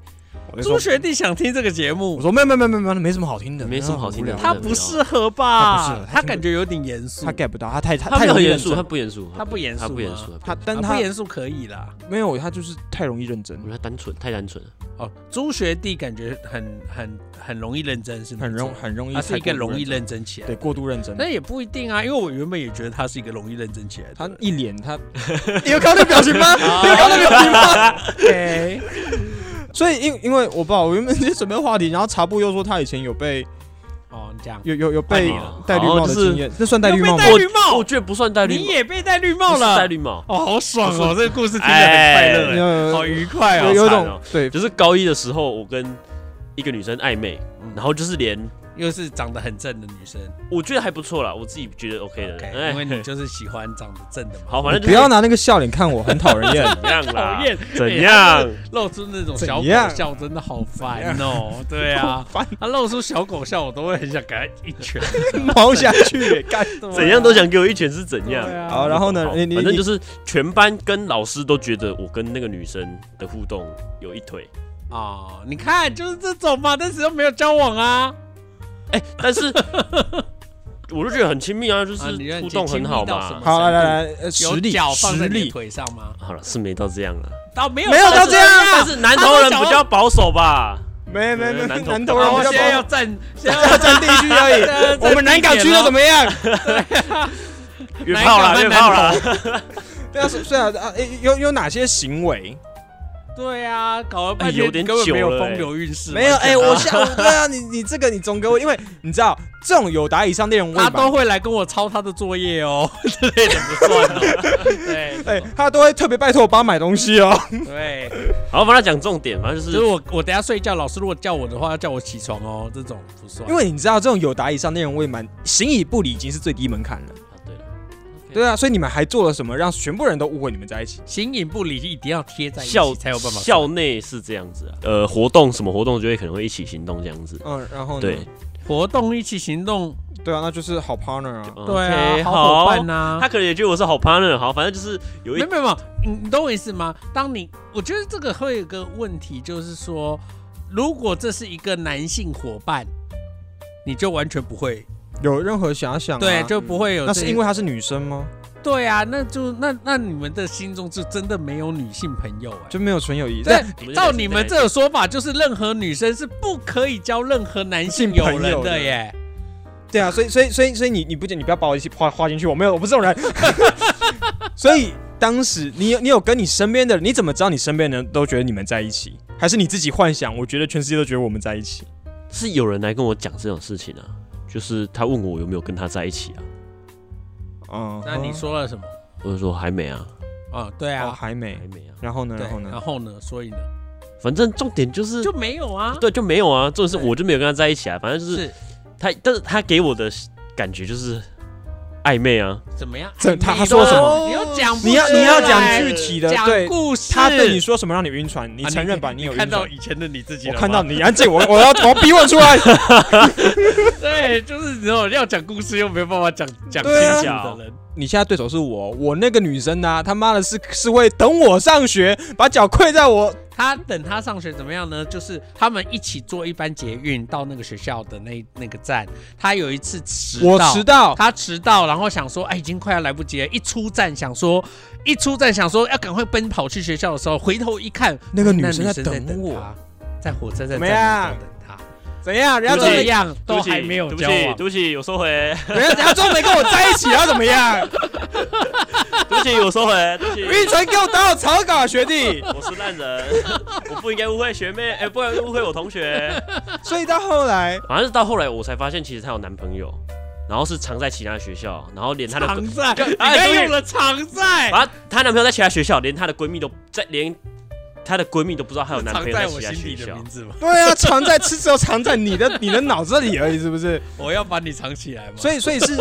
Speaker 2: 我就说
Speaker 1: 朱学弟想听这个节
Speaker 2: 我
Speaker 1: 目，
Speaker 2: 说没有没有没有没有没有，没什么好听的，
Speaker 3: 没什么好听的
Speaker 2: 很无聊
Speaker 1: 他不适合吧？
Speaker 2: 他不适合他
Speaker 1: 他感觉有点严肃，
Speaker 2: 他 get 不到，他太他
Speaker 3: 他
Speaker 2: 太
Speaker 3: 没有
Speaker 2: 容
Speaker 3: 很
Speaker 2: 易
Speaker 3: 严
Speaker 2: 认
Speaker 3: 肃，他
Speaker 2: 真，
Speaker 3: 不严肃，
Speaker 1: 他不严肃
Speaker 3: 他不严
Speaker 1: 吗
Speaker 3: 肃，
Speaker 2: 他
Speaker 3: 他不严肃
Speaker 2: 但
Speaker 1: 啊
Speaker 2: 他
Speaker 1: 不严肃可以啦。
Speaker 2: 没有他就是太容易认真
Speaker 3: 我，觉得他单纯，太单纯了。
Speaker 1: 哦，朱学弟感觉很很很容易认真，是吗
Speaker 2: 很容很容易
Speaker 1: 他是一个
Speaker 2: 太过度
Speaker 1: 容易认真起来的
Speaker 2: 对
Speaker 1: 人，
Speaker 2: 过度认真。
Speaker 1: 那也不一定啊，因为我原本也觉得他是一个容易认真起来的
Speaker 2: 他
Speaker 1: 人。
Speaker 2: 一脸他，你有看到那表情吗？你有看到那表情吗？
Speaker 1: OK，
Speaker 2: 所以因因为我不知道，我原本就准备话题，然后查布又说他以前有被
Speaker 1: 哦，你讲
Speaker 2: 有有有被
Speaker 3: 换你了
Speaker 2: 戴绿帽的经验，这算戴绿帽吗
Speaker 1: 戴？绿帽
Speaker 3: 我我觉得不算戴绿
Speaker 1: 你
Speaker 3: 帽，
Speaker 1: 也被戴绿帽
Speaker 3: 不是
Speaker 1: 了，
Speaker 3: 戴绿帽，
Speaker 1: 哦，好爽
Speaker 3: 不
Speaker 1: 哦！
Speaker 3: 是
Speaker 1: 这个故事听得很快
Speaker 2: 我
Speaker 1: 乐
Speaker 2: 有
Speaker 1: 欸，好
Speaker 2: 有
Speaker 1: 愉快
Speaker 2: 有
Speaker 1: 哦。
Speaker 2: 有一
Speaker 3: 好惨
Speaker 2: 种
Speaker 3: 哦
Speaker 2: 对，
Speaker 3: 就是高一的时候，我跟一个女生暧昧，然后就是连
Speaker 1: 又是长得很正的女生
Speaker 3: 我觉得还不错啦，我自己觉得 OK 的。
Speaker 1: ，OK，因为你
Speaker 3: 哎，
Speaker 1: 就是喜欢长得正 的嘛。
Speaker 3: 好，反正就
Speaker 2: 不
Speaker 3: 是
Speaker 2: 要拿那个笑脸看我，很讨人厌。
Speaker 3: 怎样啦
Speaker 1: 讨厌，
Speaker 3: 怎
Speaker 1: 哎
Speaker 3: 样？
Speaker 1: 露出那种小
Speaker 2: 怎样
Speaker 1: 狗笑，真的好烦哦。 对啊，他露出小狗笑，我都会很想给他一 拳。
Speaker 2: 猫下去，干。
Speaker 1: 对啊
Speaker 3: 怎样都想给我一拳是怎样？
Speaker 1: 对啊
Speaker 2: 好，然后呢
Speaker 3: 好？
Speaker 2: 你你
Speaker 3: 反正就是是全班跟老师都觉得我跟那个女生的互动有一腿，
Speaker 1: 哦，你看就是这种嘛，但是又没有交往啊，
Speaker 3: 哎，但 是我就觉得很亲密啊，就是
Speaker 1: 啊你让你
Speaker 3: 互动很好
Speaker 1: 亲密到什么。
Speaker 3: 嘛
Speaker 2: 好来来来，呃实
Speaker 1: 有
Speaker 2: 力
Speaker 1: 脚放
Speaker 2: 实
Speaker 1: 在你的
Speaker 2: 力，
Speaker 1: 腿上吗？
Speaker 3: 好了，是没到这样了，
Speaker 1: 倒没有
Speaker 2: 没有到
Speaker 1: 到
Speaker 2: 这样啊
Speaker 3: 但是南投人比较保守吧？
Speaker 2: 没没没，
Speaker 3: 南投
Speaker 2: 南投
Speaker 3: 不
Speaker 2: 人
Speaker 3: 然
Speaker 1: 啊我
Speaker 2: 比较
Speaker 1: 现在要
Speaker 2: 保
Speaker 1: 站，现在
Speaker 2: 守，占地区而
Speaker 1: 现在要
Speaker 2: 已。
Speaker 1: 站
Speaker 2: 我们南港区
Speaker 1: 地
Speaker 2: 的
Speaker 1: 铁
Speaker 2: 怎么样？
Speaker 3: 约炮啦，
Speaker 1: 南
Speaker 3: 约
Speaker 1: 港跟
Speaker 3: 炮啦！
Speaker 2: 对啊，是是啊，啊，诶有有哪些行为？
Speaker 1: 对啊，搞了
Speaker 3: 哎
Speaker 1: 半天
Speaker 3: 有点
Speaker 1: 根本没
Speaker 3: 久
Speaker 1: 有
Speaker 3: 了
Speaker 1: 风
Speaker 3: 哎
Speaker 1: 流韵事完
Speaker 2: 没
Speaker 1: 全
Speaker 2: 有，
Speaker 1: 啊，
Speaker 2: 哎、我下午对啊，你你这个你总给我，因为你知道这种有答以上内容我也
Speaker 1: 他都
Speaker 2: 蛮，
Speaker 1: 会来跟我抄他的作业哦之类的，不算 哦。对
Speaker 2: 哎、他都会特别拜托我帮他买东西哦。
Speaker 1: 对，
Speaker 3: 好，帮他讲重点，反正就
Speaker 1: 就是
Speaker 3: 是
Speaker 1: 我我等下睡觉，老师如果叫我的话，要叫我起床哦，这种不算。
Speaker 2: 因为你知道这种有答以上内容我也蛮，行以不理已经是最低门槛了。
Speaker 3: 啊对了，
Speaker 2: 对啊，所以你们还做了什么让全部人都误会你们在一起？
Speaker 1: 形影不离一定要贴在一
Speaker 3: 校
Speaker 1: 起才有办法。
Speaker 3: 校内是这样子啊，呃，活动什么活动就会可能会一起行动这样子。
Speaker 2: 嗯，然后呢？
Speaker 3: 对，
Speaker 1: 活动一起行动，
Speaker 2: 对啊，那就是好 partner 啊。
Speaker 1: 对啊，
Speaker 3: OK，
Speaker 1: 好伙
Speaker 3: 好，
Speaker 1: 伴呐。
Speaker 3: 他可能也觉得我是好 partner，好，反正就是有
Speaker 1: 没
Speaker 3: 一
Speaker 1: 有没有没有，你你懂我意思吗？当你我觉得这个会有一个问题，就是说，如果这是一个男性伙伴，你就完全不会，
Speaker 2: 有任何遐想、啊？
Speaker 1: 对，就不会有这。
Speaker 2: 那是因为她是女生吗？
Speaker 1: 对啊，那就那那你们的心中就真的没有女性朋友哎、
Speaker 2: 就没有纯友谊？
Speaker 1: 对
Speaker 2: 但，
Speaker 1: 照你们这个说法，就是任何女生是不可以交任何男性友
Speaker 2: 性朋
Speaker 1: 人
Speaker 2: 友
Speaker 1: 的
Speaker 2: 的
Speaker 1: 耶。
Speaker 2: 对啊，所以所以所以所以你你不你不要把我一起划划进去，我没有我不是这种 人。所以当时你有你有跟你身边的人，你怎么知道你身边的人都觉得你们在一起，还是你自己幻想？我觉得全世界都觉得我们在一起。
Speaker 3: 是有人来跟我讲这种事情啊，就是他问我有没有跟他在一起啊，
Speaker 2: 嗯，
Speaker 1: 那你说了什么？
Speaker 3: 我就说还没啊，
Speaker 1: 哦，对
Speaker 2: 哦
Speaker 1: 啊，
Speaker 2: 还没
Speaker 3: 还？没啊，
Speaker 2: 然后呢？
Speaker 1: 对
Speaker 2: 然后，呢嗯
Speaker 1: 然？后呢？所以呢？
Speaker 3: 反正重点就是
Speaker 1: 就没有啊。
Speaker 3: 对就没有啊，重点是
Speaker 1: 对
Speaker 3: 我就没有跟他在一起啊，反正就是
Speaker 1: 是
Speaker 3: 他，但是他给我的感觉就是暧昧啊，
Speaker 1: 怎么样？
Speaker 2: 这
Speaker 1: 暧昧
Speaker 2: 他他
Speaker 1: 的
Speaker 2: 说什么
Speaker 1: 你要讲不出
Speaker 2: 你
Speaker 1: 来，
Speaker 2: 要你要讲具体的，
Speaker 1: 讲
Speaker 2: 对
Speaker 1: 故事。
Speaker 2: 他对你说什么让你晕船？你
Speaker 1: 啊
Speaker 2: 承认吧？你有
Speaker 1: 看
Speaker 2: 晕
Speaker 1: 到
Speaker 2: 船？
Speaker 1: 以前的你自己
Speaker 2: 我
Speaker 1: 了吗，
Speaker 2: 看到你安静，我我要我要逼问出来。
Speaker 1: 对，就是你知道要讲故事又没有办法讲讲清
Speaker 2: 对啊
Speaker 1: 楚的人，
Speaker 2: 你现在对手是我，我那个女生呢、他妈的是是会等我上学，把脚跪在我
Speaker 1: 他等他上学怎么样呢？就是他们一起坐一班捷运到那个学校的那那个站，他有一次迟到，
Speaker 2: 我迟到，
Speaker 1: 他迟到，然后想说，哎，已经快要来不及了。一出站想说，一出站想说要赶快奔跑去学校的时候，回头一看，
Speaker 2: 那个女
Speaker 1: 那
Speaker 2: 生
Speaker 1: 女
Speaker 2: 在
Speaker 1: 生
Speaker 2: 等我
Speaker 1: 他，在火车站
Speaker 2: 怎么
Speaker 1: 站
Speaker 2: 样
Speaker 1: 门口等他。
Speaker 2: 怎样？人
Speaker 3: 不
Speaker 2: 家
Speaker 3: 要
Speaker 2: 终
Speaker 1: 这
Speaker 2: 于，
Speaker 1: 样
Speaker 3: 对
Speaker 1: 都
Speaker 3: 不起
Speaker 1: 还没有
Speaker 3: 对不
Speaker 1: 交
Speaker 3: 起，
Speaker 1: 往
Speaker 3: 对，不起，我收回，
Speaker 2: 人家人家终于跟我在一起，然后怎么样？
Speaker 3: 对不起，我收回， 对不起。
Speaker 2: 晕船给我打我草稿啊，学弟。
Speaker 3: 我是烂人，我不应该误会学妹，哎、不然误会我同学。
Speaker 2: 所以到后来，
Speaker 3: 好像是到后来我才发现，其实她有男朋友，然后是藏在其他学校，然后连她的闺
Speaker 1: 常在，
Speaker 3: 哎
Speaker 1: 你
Speaker 3: 终于
Speaker 1: 们用了常在，
Speaker 3: 啊，她男朋友在其他学校，连她的闺蜜都在，连她的闺蜜都不知道她有男
Speaker 1: 藏
Speaker 3: 朋友
Speaker 1: 在
Speaker 3: 其
Speaker 1: 我
Speaker 3: 他
Speaker 1: 心
Speaker 3: 学
Speaker 1: 底的
Speaker 3: 校
Speaker 1: 名。字吗？
Speaker 2: 对啊，藏在是只有藏在你的你的脑子里而已，是不是？
Speaker 1: 我要把你藏起来吗？
Speaker 2: 所以所以是，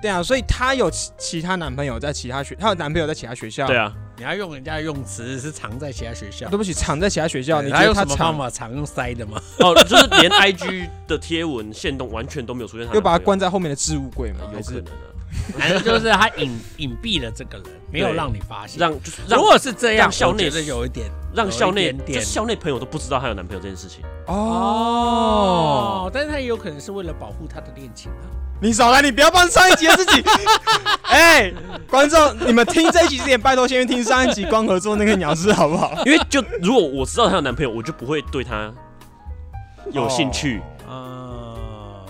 Speaker 2: 对啊，所以她有其其他男朋友在其他学，她有男朋友在其他学校。
Speaker 3: 对啊，
Speaker 1: 你要用人家的用词是藏在其他学校
Speaker 2: 对。不起，藏在其他学校，你觉
Speaker 1: 还
Speaker 2: 得
Speaker 1: 有
Speaker 2: 她
Speaker 1: 什么方
Speaker 2: 藏，
Speaker 1: 法藏用塞的吗？
Speaker 3: 哦， 就是连 IG 的贴文、线动完全都没有出现她男朋友，
Speaker 2: 又把她关在后面的置物柜吗？
Speaker 3: 有
Speaker 1: 哦
Speaker 2: 还
Speaker 3: 可
Speaker 2: 是
Speaker 3: 能啊，
Speaker 1: 反正就是他隐隐蔽了这个人，没有让你发现。
Speaker 3: 让就是让
Speaker 1: 如果是这样，
Speaker 3: 让校
Speaker 1: 我觉
Speaker 3: 内
Speaker 1: 得有一点
Speaker 3: 让校内
Speaker 1: 有一点点
Speaker 3: 就校内朋友都不知道她有男朋友这件事情。
Speaker 2: 哦，，
Speaker 1: 但是他也有可能是为了保护他的恋情啊。
Speaker 2: 你少来，你不要帮上一集的自己。 哎，观众，你们听这一集之前，拜托先去听上一集光合作那个鸟事好不好？
Speaker 3: 因为 就如果我知道她有男朋友，我就不会对她有兴趣。
Speaker 1: 啊、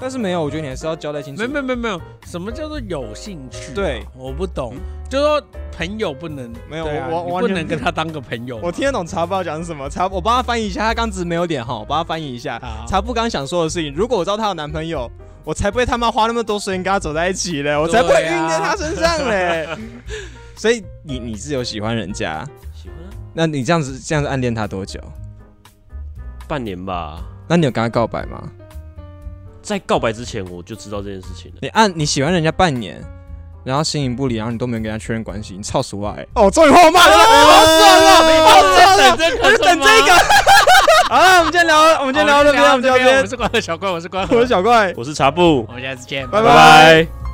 Speaker 2: 但是没有，我觉得你还是要交代清楚。
Speaker 1: 没有没有没有没有，什么叫做有兴趣、啊
Speaker 2: 对，嗯
Speaker 1: 我不懂，就说朋友不能
Speaker 2: 没有
Speaker 1: 对啊
Speaker 2: 我
Speaker 1: 你
Speaker 2: 我完
Speaker 1: 不
Speaker 2: 全
Speaker 1: 能跟他当个朋友。
Speaker 2: 我听得懂茶爸讲什么，茶我帮他翻译一下，他刚只没有点哈，我帮他翻译一下
Speaker 1: 好。
Speaker 2: 茶布刚想说的事情，如果我知道她有男朋友，我才不会他妈花那么多时间跟她走在一起嘞，我才不会
Speaker 1: 对啊
Speaker 2: 晕在她身上嘞。所以你你是有喜欢人家，
Speaker 3: 喜欢啊
Speaker 2: 那你这样子这样子暗恋她多久？
Speaker 3: 半年吧，
Speaker 2: 那你有跟她告白吗？
Speaker 3: 在告白之前我就知道这件事情了。
Speaker 2: 你暗你喜欢人家半年，然后形影不离，然后你都没有跟她确认关系，你操死我哎！哦，终于换我骂人了，好爽了，好爽了，
Speaker 1: 哦这
Speaker 2: 我就等这个。 好了，我们今天聊，我们
Speaker 1: 我
Speaker 2: 今天聊到这边，我们聊到这
Speaker 1: 我
Speaker 2: 边
Speaker 1: 们。是关的小怪，我是关
Speaker 2: 我
Speaker 1: 的
Speaker 2: 是，小怪，
Speaker 3: 我是茶布
Speaker 1: 我，们下次见，
Speaker 2: 拜
Speaker 3: 拜拜